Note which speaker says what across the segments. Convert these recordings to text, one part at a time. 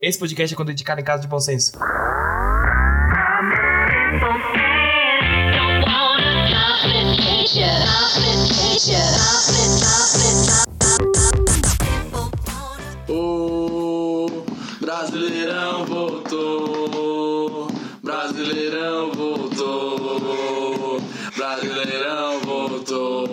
Speaker 1: Esse podcast é quando indicado em casa de bom senso.
Speaker 2: O Brasileirão voltou. Brasileirão voltou. Brasileirão voltou.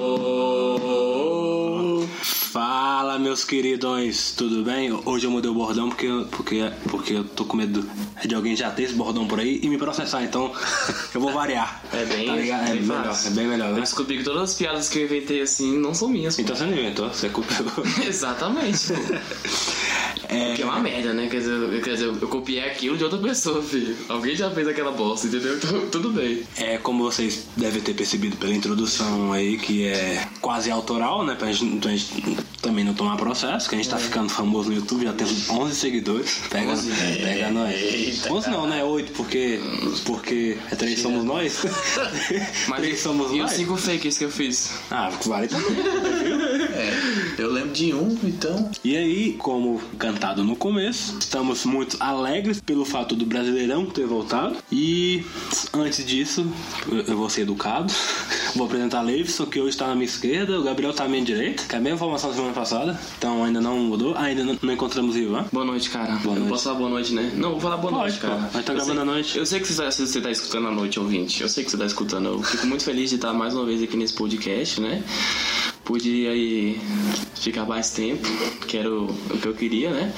Speaker 2: Fala, meus queridões, tudo bem? Hoje eu mudei o bordão porque, porque, porque eu tô com medo de alguém já ter esse bordão por aí e me processar, então eu vou variar.
Speaker 3: É bem-
Speaker 2: tá ligado? É
Speaker 3: bem
Speaker 2: melhor,
Speaker 3: fácil.
Speaker 2: é bem melhor, né?
Speaker 3: Eu descobri que todas as piadas que eu inventei assim não são minhas.
Speaker 2: Então você não inventou, você copiou.
Speaker 3: Exatamente. pô.
Speaker 2: É,
Speaker 3: Que é uma merda, né? Quer dizer, eu- quer dizer, eu copiei aquilo de outra pessoa, filho. Alguém já fez aquela bosta, entendeu? Então, tudo bem.
Speaker 2: É como vocês devem ter percebido pela introdução aí, que é quase autoral, né? Pra gente, pra gente também não tomar processo, que a gente
Speaker 3: É.
Speaker 2: tá ficando famoso no YouTube, já temos 11 seguidores. Pega, pega nós. 11 não, né? 8, porque, porque é 3 somos nós.
Speaker 3: Mas
Speaker 2: 3 somos
Speaker 3: e
Speaker 2: nós.
Speaker 3: os cinco fakes que eu fiz?
Speaker 2: Ah, vale também.
Speaker 4: Eu lembro de um, então.
Speaker 2: E aí, como cantado no começo, estamos muito alegres pelo fato do Brasileirão ter voltado. E antes disso, eu- eu vou ser educado. Vou apresentar a Leivson, que hoje está na minha esquerda. O Gabriel está à minha direita, que é a mesma formação da semana passada. Então ainda não mudou, ainda não, não encontramos o Ivan.
Speaker 3: Boa noite, cara.
Speaker 2: Boa
Speaker 3: eu
Speaker 2: noite.
Speaker 3: posso falar boa noite, né? Não, vou falar boa
Speaker 2: Pode,
Speaker 3: noite,
Speaker 2: pô.
Speaker 3: cara.
Speaker 2: Nós tá
Speaker 3: Eu
Speaker 2: gravando
Speaker 3: sei-
Speaker 2: à noite.
Speaker 3: Eu sei que você tá, você tá escutando à noite, ouvinte. Eu sei que você tá escutando. Eu fico muito feliz de estar mais uma vez aqui nesse podcast, né? Pude aí ficar mais tempo, que era o, o que eu queria, né?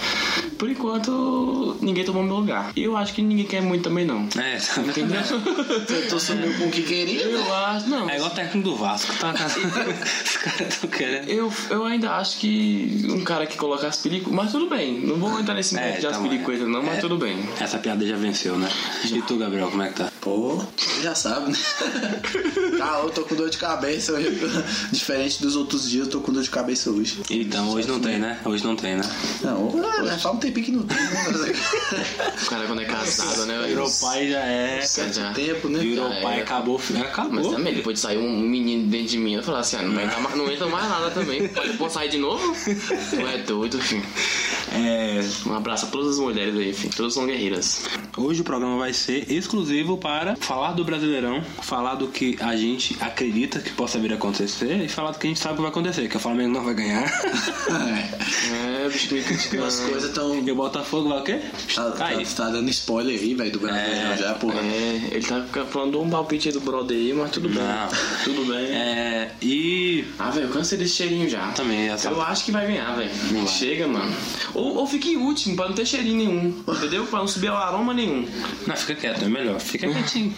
Speaker 3: Por enquanto, ninguém tomou meu lugar. E eu acho que ninguém quer muito também, não.
Speaker 2: É,
Speaker 3: Entendeu?
Speaker 4: Tentou sumir com o que queria, né?
Speaker 3: Eu acho, não.
Speaker 2: é igual o técnico do Vasco, tá? cara? Os caras estão querendo.
Speaker 3: Eu, eu ainda acho que um cara que coloca as pelicuetas. Mas tudo bem, não vou entrar nesse momento de as
Speaker 2: tamanho.
Speaker 3: pelicuetas, não, mas
Speaker 2: É.
Speaker 3: tudo bem.
Speaker 2: Essa piada já venceu, né? E tu, Gabriel, como é que tá?
Speaker 4: Pô, já sabe, né? Ah, eu tô com dor de cabeça hoje. Diferente dos outros dias, eu tô com dor de cabeça hoje.
Speaker 2: Então, hoje não tem, né? Hoje não tem, né?
Speaker 4: Não, é, faz um tempinho que não tem, né?
Speaker 3: O cara quando é casado, né?
Speaker 2: Virou pai já é.
Speaker 3: já-
Speaker 4: Certo tempo, né?
Speaker 2: Virou
Speaker 3: Já
Speaker 2: pai,
Speaker 3: era.
Speaker 2: acabou o filho. Acabou.
Speaker 3: Ah, Mas também, depois de sair um menino dentro de mim, eu falar assim, ah, não, vai entrar mais, não entra mais nada também. Pode pode sair de novo? Tu é doido, filho.
Speaker 2: É,
Speaker 3: Um abraço a todas as mulheres aí, filho. Todas são guerreiras.
Speaker 2: hoje o programa vai ser exclusivo para falar do Brasileirão, falar do que a gente acredita que possa vir a acontecer e falar do que a gente sabe que vai acontecer, que o Flamengo não vai ganhar.
Speaker 3: É, bicho me criticando.
Speaker 4: As coisas tão.
Speaker 2: e o Botafogo vai o quê?
Speaker 3: Ah,
Speaker 4: Tá, tá-
Speaker 2: Aí.
Speaker 4: tá dando spoiler aí, velho, do Brasileirão já, porra.
Speaker 3: É, ele tá falando um palpite aí do brother aí, mas tudo bem.
Speaker 2: Não.
Speaker 3: Tudo bem.
Speaker 2: É, e
Speaker 3: Ah, velho, eu cansei desse cheirinho já.
Speaker 2: também é essa.
Speaker 3: Eu acho que vai ganhar,
Speaker 2: Não
Speaker 3: velho.
Speaker 2: vai.
Speaker 3: Chega, mano. Ou, ou fica em último, pra não ter cheirinho nenhum. Entendeu? Pra não subir aroma nenhum.
Speaker 2: Não, fica quieto, é melhor. Fica quietinho.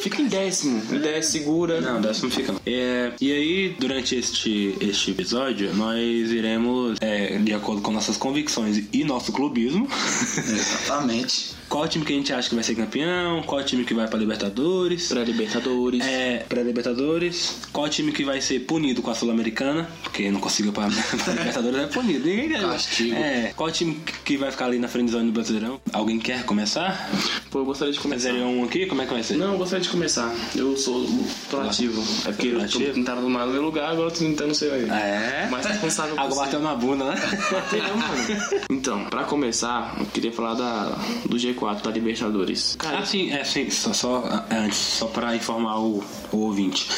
Speaker 3: Fica em décimo. Em décimo, Uhum. segura.
Speaker 2: Não, décimo fica. não. É, e aí, durante este, este episódio, nós iremos, é, de acordo com nossas convicções e nosso clubismo,
Speaker 4: É. Exatamente.
Speaker 2: qual time que a gente acha que vai ser campeão, qual time que vai pra Libertadores.
Speaker 3: Pra Libertadores.
Speaker 2: É, pré-Libertadores. Qual time que vai ser punido com a Sul-Americana? Porque não conseguiu pra, pra Libertadores, é punido. Ninguém quer.
Speaker 4: Castigo.
Speaker 2: É, qual time que vai ficar ali na frente do Brasileirão? Alguém quer começar?
Speaker 3: Pô, eu gostaria de começar.
Speaker 2: Fazer um aqui? Como é que vai ser?
Speaker 3: Não, eu gostaria de começar. Eu sou proativo. É porque eu tô
Speaker 2: Proativo?
Speaker 3: tentando tomar no meu lugar, agora eu tô tentando ser aí.
Speaker 2: É.
Speaker 3: Mais responsável
Speaker 2: Água
Speaker 3: possível.
Speaker 2: bateu na bunda, né?
Speaker 3: Bateu, mano. Então, pra começar, eu queria falar da, do G4 da Libertadores.
Speaker 2: Ah, sim, é, sim, só, só, é, antes, só para informar o, o ouvinte.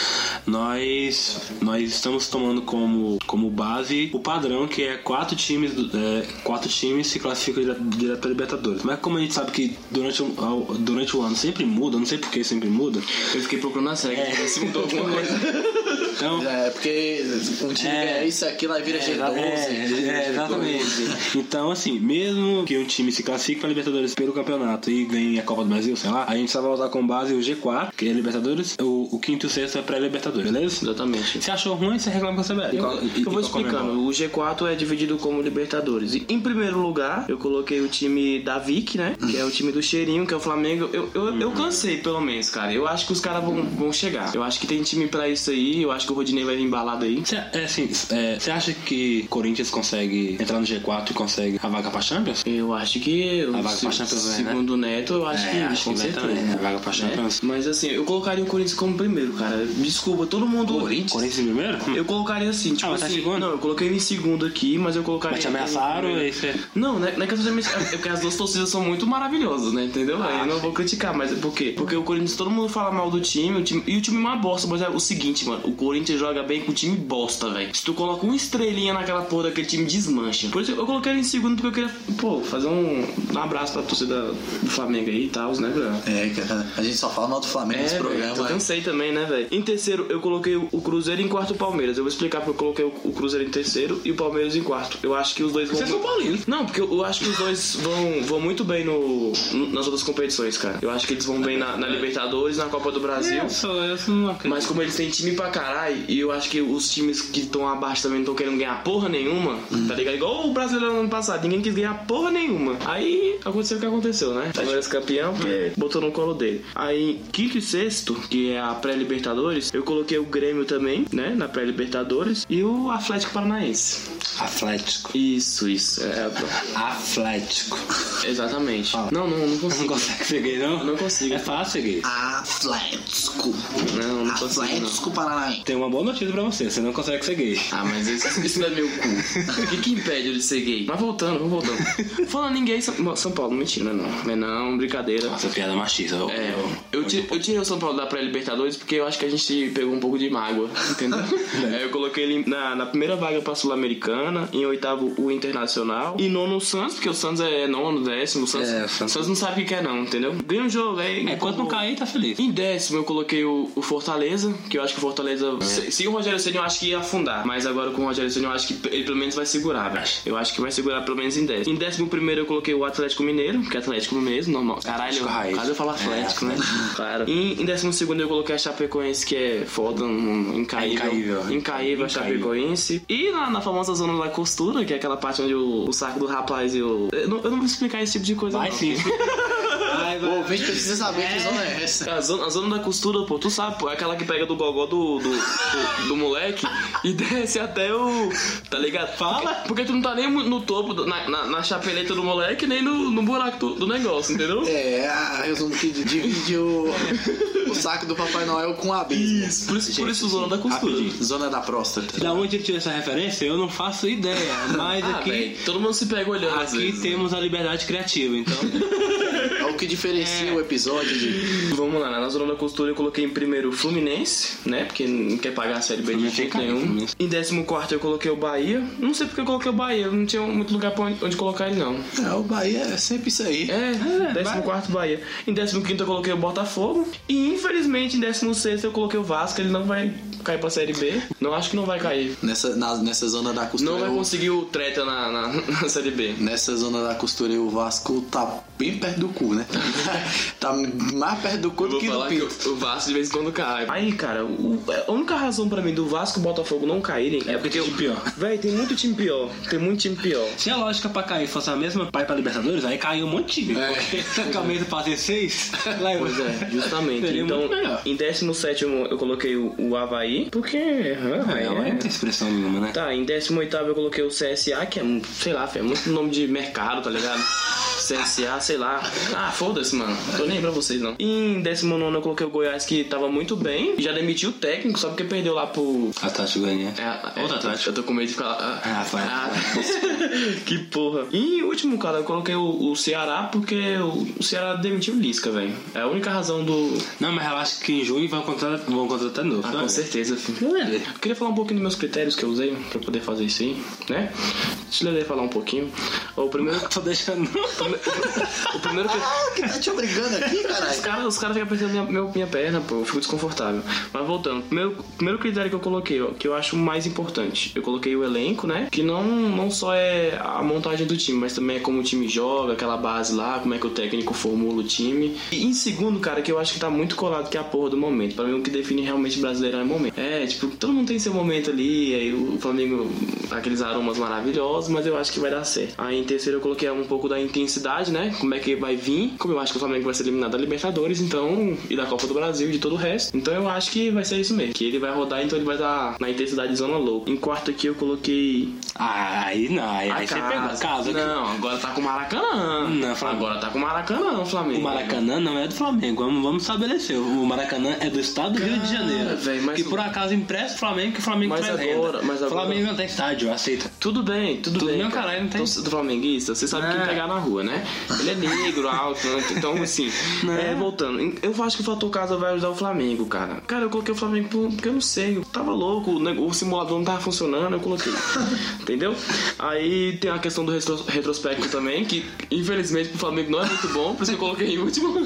Speaker 2: Nós, nós estamos tomando como, como base o padrão que é quatro times, do- é, quatro times se classificam dire- direto para Libertadores. Mas como a gente sabe que durante, o- ao- durante o ano sempre muda, não sei por que sempre muda,
Speaker 3: Eu fiquei procurando a série, se mudou alguma coisa.
Speaker 2: então
Speaker 4: É, porque um time
Speaker 2: É.
Speaker 4: é isso, aquilo, aí vira né? G12.
Speaker 2: É, é, exatamente. Então, assim, mesmo que um time se classifique para Libertadores pelo campeonato e ganhe a Copa do Brasil, sei lá, a gente só vai usar como base o G4, que é Libertadores, o, o quinto e o sexto é pré-Libertadores, beleza?
Speaker 3: Exatamente.
Speaker 2: Se achou ruim, você reclama com a CBF.
Speaker 3: Eu,
Speaker 2: E- é e-
Speaker 3: eu vou
Speaker 2: e com a Comembol.
Speaker 3: explicando. O G4 é dividido como Libertadores. E, em primeiro lugar, eu coloquei o time da Vic, né? Que é o time do Cheirinho, que é o Flamengo. Eu, eu, eu cansei, pelo menos, cara. Eu acho que os caras vão, vão chegar. Eu acho que tem time pra isso aí. Eu acho que o Rodinei vai vir embalado aí.
Speaker 2: Cê- é, assim, é, Você acha que Corinthians consegue entrar no G4 e consegue a vaga pra Champions?
Speaker 3: Eu acho que. eu-
Speaker 2: A vaga
Speaker 3: se-
Speaker 2: Ah, pra Champions vai, né?
Speaker 3: Segundo o Neto, eu acho
Speaker 2: É,
Speaker 3: que.
Speaker 2: acho
Speaker 3: com
Speaker 2: que vai
Speaker 3: certeza.
Speaker 2: também, né? A vaga pra
Speaker 3: né?
Speaker 2: Champions.
Speaker 3: Mas assim, eu colocaria o Corinthians como em primeiro, cara. Desculpa, todo mundo.
Speaker 2: Corinthians em primeiro? Hum.
Speaker 3: Eu colocaria assim, tipo
Speaker 2: mas tá
Speaker 3: assim.
Speaker 2: segundo?
Speaker 3: não, eu coloquei ele em segundo aqui, mas eu colocaria.
Speaker 2: Mas te
Speaker 3: ele em
Speaker 2: ameaçaram,
Speaker 3: primeiro.
Speaker 2: aí você.
Speaker 3: Não, não é, não é que as pessoas me- é porque as duas torcidas são muito maravilhosas, né? Entendeu? Aí eu não vou criticar, mas é por quê? Porque o Corinthians, todo mundo fala mal do time, o time- e o time é uma bosta, mas é o seguinte, mano, o Corinthians joga bem com o time bosta, velho. Se tu coloca uma estrelinha naquela porra daquele time, desmancha. Por isso eu coloquei ele em segundo porque eu queria, pô, fazer um, um abraço pra torcida do Flamengo aí e tal, né, velho?
Speaker 4: É, cara, a gente só fala mal do Flamengo nesse
Speaker 3: É, velho, eu
Speaker 4: programa.
Speaker 3: cansei também, né, velho? Em terceiro, eu coloquei o Cruzeiro em quarto e o Palmeiras. Eu vou explicar porque eu coloquei o o Cruzeiro em terceiro e o Palmeiras em quarto. Eu acho que os dois vão.
Speaker 2: Você é São Paulino.
Speaker 3: Não, porque eu eu acho que os dois vão, vão muito bem no, no- nas outras competições, cara. Eu acho que eles vão bem na, na Libertadores, na Copa do Brasil.
Speaker 2: Eu sou, eu sou um não acredito.
Speaker 3: Mas como eles têm time pra caralho, e eu acho que os times que estão abaixo também não estão querendo ganhar porra nenhuma, tá ligado? Igual o brasileiro ano passado, ninguém quis ganhar porra nenhuma. Aí aconteceu o que aconteceu, né? Palmeiras campeão, porque botou no colo dele. Aí, quinto e sexto, que é a pré-Libertadores, eu coloquei o Grêmio também, né? Na pré-Libertadores, e o Atlético Paranaense.
Speaker 2: Atlético.
Speaker 3: Isso, isso. É,
Speaker 2: Atlético.
Speaker 3: exatamente. Não, não, não
Speaker 2: Não
Speaker 3: consigo.
Speaker 2: consegue ser gay, não?
Speaker 3: Eu não consigo.
Speaker 2: É fácil ser gay.
Speaker 4: Ah, Atlético.
Speaker 3: Não, não consigo. Não.
Speaker 4: Atlético Paranaense.
Speaker 2: Tem uma boa notícia pra você, você não consegue ser gay.
Speaker 3: Ah, mas isso, isso não é meu cu. O que, que impede eu de ser gay? Mas voltando, vamos voltando. Falando em gay, São, Bom, São Paulo, mentira, não. Mas não, brincadeira.
Speaker 2: Nossa, piada machista.
Speaker 3: É, eu, ti- eu tirei o São Paulo da pré-Libertadores porque eu acho que a gente pegou um pouco de mágoa, entendeu? Aí eu coloquei ele na, na primeira vaga pra Sul-Americana, em oitavo o Internacional, e nono o Santos, porque o Santos é nono, décimo, o Santos,
Speaker 2: É,
Speaker 3: o
Speaker 2: o Santos-
Speaker 3: Santos... não sabe o que é não, entendeu? Ganha um jogo, aí...
Speaker 2: É, quando não cair, tá feliz.
Speaker 3: Em décimo eu coloquei o, o Fortaleza, que eu acho que o Fortaleza.
Speaker 2: É.
Speaker 3: Se, se o Rogério Senna eu acho que ia afundar. Mas agora com o Rogério Senna eu acho que ele pelo menos vai segurar, velho. Eu acho que vai segurar pelo menos em décimo. Em décimo primeiro eu coloquei o Atlético Mineiro, que é Atlético mesmo, normal. Caralho,
Speaker 2: Atlético raiz.
Speaker 3: quase eu falo
Speaker 2: É,
Speaker 3: Atlético, né? Claro. Em, em décimo segundo eu coloquei a Chapecoense, que é foda, um- um- incaível.
Speaker 2: É incaível.
Speaker 3: Incaível a
Speaker 2: Incaível.
Speaker 3: Chapecoense. E na, na famosa zona da costura, que é aquela parte onde o, o saco do rapaz e o. Eu não, eu não vou explicar esse tipo de coisa.
Speaker 2: Vai
Speaker 3: não.
Speaker 2: sim.
Speaker 4: O ouvinte precisa saber que zona é essa.
Speaker 3: A zona, a zona da costura, pô, tu sabe, pô, é aquela que pega do gogó do, do, do, do moleque e desce até o. Tá ligado? Fala! Porque, tu não tá nem no topo, do- na, na, na chapeleta do moleque, nem no, no buraco do, do negócio, entendeu?
Speaker 4: É, a resumo que divide o, o saco do Papai Noel com o abismo.
Speaker 3: Isso, por isso, por isso zona da costura.
Speaker 2: Rapidinho.
Speaker 4: Zona da próstata.
Speaker 2: Da onde ele tirou essa referência, eu não faço ideia. Mas
Speaker 3: Ah,
Speaker 2: aqui,
Speaker 3: véi, todo mundo se pega olhando. às
Speaker 2: aqui
Speaker 3: vezes, né?
Speaker 2: temos a liberdade criativa, então.
Speaker 4: É o que diferencia o episódio de.
Speaker 3: Vamos lá, né? na zona da costura eu coloquei em primeiro o Fluminense, né? Porque não quer pagar a série B de
Speaker 2: Fluminense
Speaker 3: jeito
Speaker 2: caiu,
Speaker 3: nenhum.
Speaker 2: Fluminense.
Speaker 3: Em décimo quarto eu coloquei o Bahia. Não sei porque eu coloquei o Bahia, não tinha muito lugar pra onde- onde colocar ele, não.
Speaker 4: É, o Bahia é sempre isso aí.
Speaker 3: É, 14 Bahia. Em 15 eu coloquei o Botafogo. E infelizmente em 16 eu coloquei o Vasco. Ele não vai cair pra Série B. Não acho que não vai cair.
Speaker 4: Nessa, na- nessa zona da costura.
Speaker 3: Não vai
Speaker 4: eu-
Speaker 3: conseguir o treta na, na, na Série B.
Speaker 4: Nessa zona da costura e o Vasco tá bem perto do cu, né? tá mais perto do cu
Speaker 3: Eu
Speaker 4: do
Speaker 3: vou
Speaker 4: que do
Speaker 3: falar que
Speaker 4: pinto.
Speaker 3: o o Vasco de vez em quando cai. Aí, cara, o- é a única razão pra mim do Vasco e Botafogo não caírem é porque.
Speaker 2: time pior.
Speaker 3: Véi, tem muito time pior. Tem muito time pior.
Speaker 2: Tipo, Se a lógica pra cair fosse a mesma pai pra Libertadores, aí caiu um monte de time.
Speaker 4: É.
Speaker 2: Porque Camisa fazer seis, lá eu-
Speaker 3: Pois é, justamente.
Speaker 2: Seria
Speaker 3: então,
Speaker 2: muito melhor.
Speaker 3: em 17 eu coloquei o, o Havaí. Porque.
Speaker 2: É,
Speaker 3: Havaí
Speaker 2: ela
Speaker 3: é-
Speaker 2: não tem expressão nenhuma, né?
Speaker 3: Tá, em 18 eu coloquei o CSA, que é, um- sei lá, é muito nome de mercado, tá ligado? CSA, sei lá. Ah, foda-se, mano. Tô nem aí pra vocês, não. Em 19 eu coloquei o Goiás, que tava muito bem. Já demitiu o técnico, só porque perdeu lá pro.
Speaker 2: Atlético Goianiense.
Speaker 3: É, é,
Speaker 2: Outro Atlético.
Speaker 3: Eu tô com medo de ficar lá. Ah,
Speaker 2: Ah, vai.
Speaker 3: que porra. E em último, cara, eu coloquei o, o Ceará porque o, o Ceará demitiu o Lisca, velho. É a única razão do.
Speaker 2: Não, mas relaxa que em junho vão contratar, vão contratar de novo.
Speaker 3: Ah,
Speaker 2: tá?
Speaker 3: com certeza, filho. Eu queria falar um pouquinho dos meus critérios que eu usei pra poder fazer isso aí, né? Deixa eu ler falar um pouquinho. O primeiro.
Speaker 2: Tô deixando.
Speaker 3: O primeiro que.
Speaker 4: Ah, que tá te obrigando aqui,
Speaker 3: Os
Speaker 4: caralho?
Speaker 3: caras os caras ficam apertando minha, meu- minha perna, pô, eu fico desconfortável. Mas voltando, primeiro, primeiro critério que eu coloquei, ó, que eu acho mais importante, eu coloquei o elenco, né? Que não, não só é a montagem do time, mas também é como o time joga, aquela base lá, como é que o técnico formula o time. E em segundo, cara, que eu acho que tá muito colado que é a porra do momento. Pra mim, o que define realmente brasileiro é o momento. É, tipo, todo mundo tem seu momento ali, aí o Flamengo, aqueles aromas maravilhosos, mas eu acho que vai dar certo. Aí em terceiro eu coloquei um pouco da intensidade, né? Como é que vai vir. Como eu acho que o Flamengo vai ser eliminado da Libertadores, então, e da Copa do Brasil e de todo o resto. Então eu acho que vai ser isso mesmo. Que ele vai rodar, então ele vai estar na intensidade zona louca. Em quarto aqui eu coloquei
Speaker 2: Aí não, aí, aí você pegou casa. que-
Speaker 3: Não, agora tá com o Maracanã.
Speaker 2: Não, Flamengo.
Speaker 3: Agora tá com o Maracanã, o Flamengo.
Speaker 2: O Maracanã não é do Flamengo, vamos, vamos estabelecer. O Maracanã é do estado do Rio de Janeiro.
Speaker 3: véi, mas-
Speaker 2: que por acaso empresta o Flamengo que o Flamengo
Speaker 3: Mas
Speaker 2: traz
Speaker 3: agora-
Speaker 2: renda.
Speaker 3: mas agora-
Speaker 2: Flamengo não tem estádio, aceita.
Speaker 3: Tudo bem, tudo,
Speaker 2: Tudo
Speaker 3: bem.
Speaker 2: bem,
Speaker 3: cara.
Speaker 2: caralho, não tem- É.
Speaker 3: Então, do flamenguista, você sabe
Speaker 2: Não.
Speaker 3: quem pegar na rua, né? Ele é negro, alto, né? então assim.
Speaker 2: Né?
Speaker 3: É, voltando. Eu acho que o fator casa vai ajudar o Flamengo, cara. Cara, eu coloquei o Flamengo por- um, porque eu não sei. Eu tava louco, o nego- o simulador não tava funcionando, eu coloquei. Entendeu? Aí tem a questão do retro- retrospecto também, que infelizmente pro Flamengo não é muito bom, por isso que eu coloquei em último.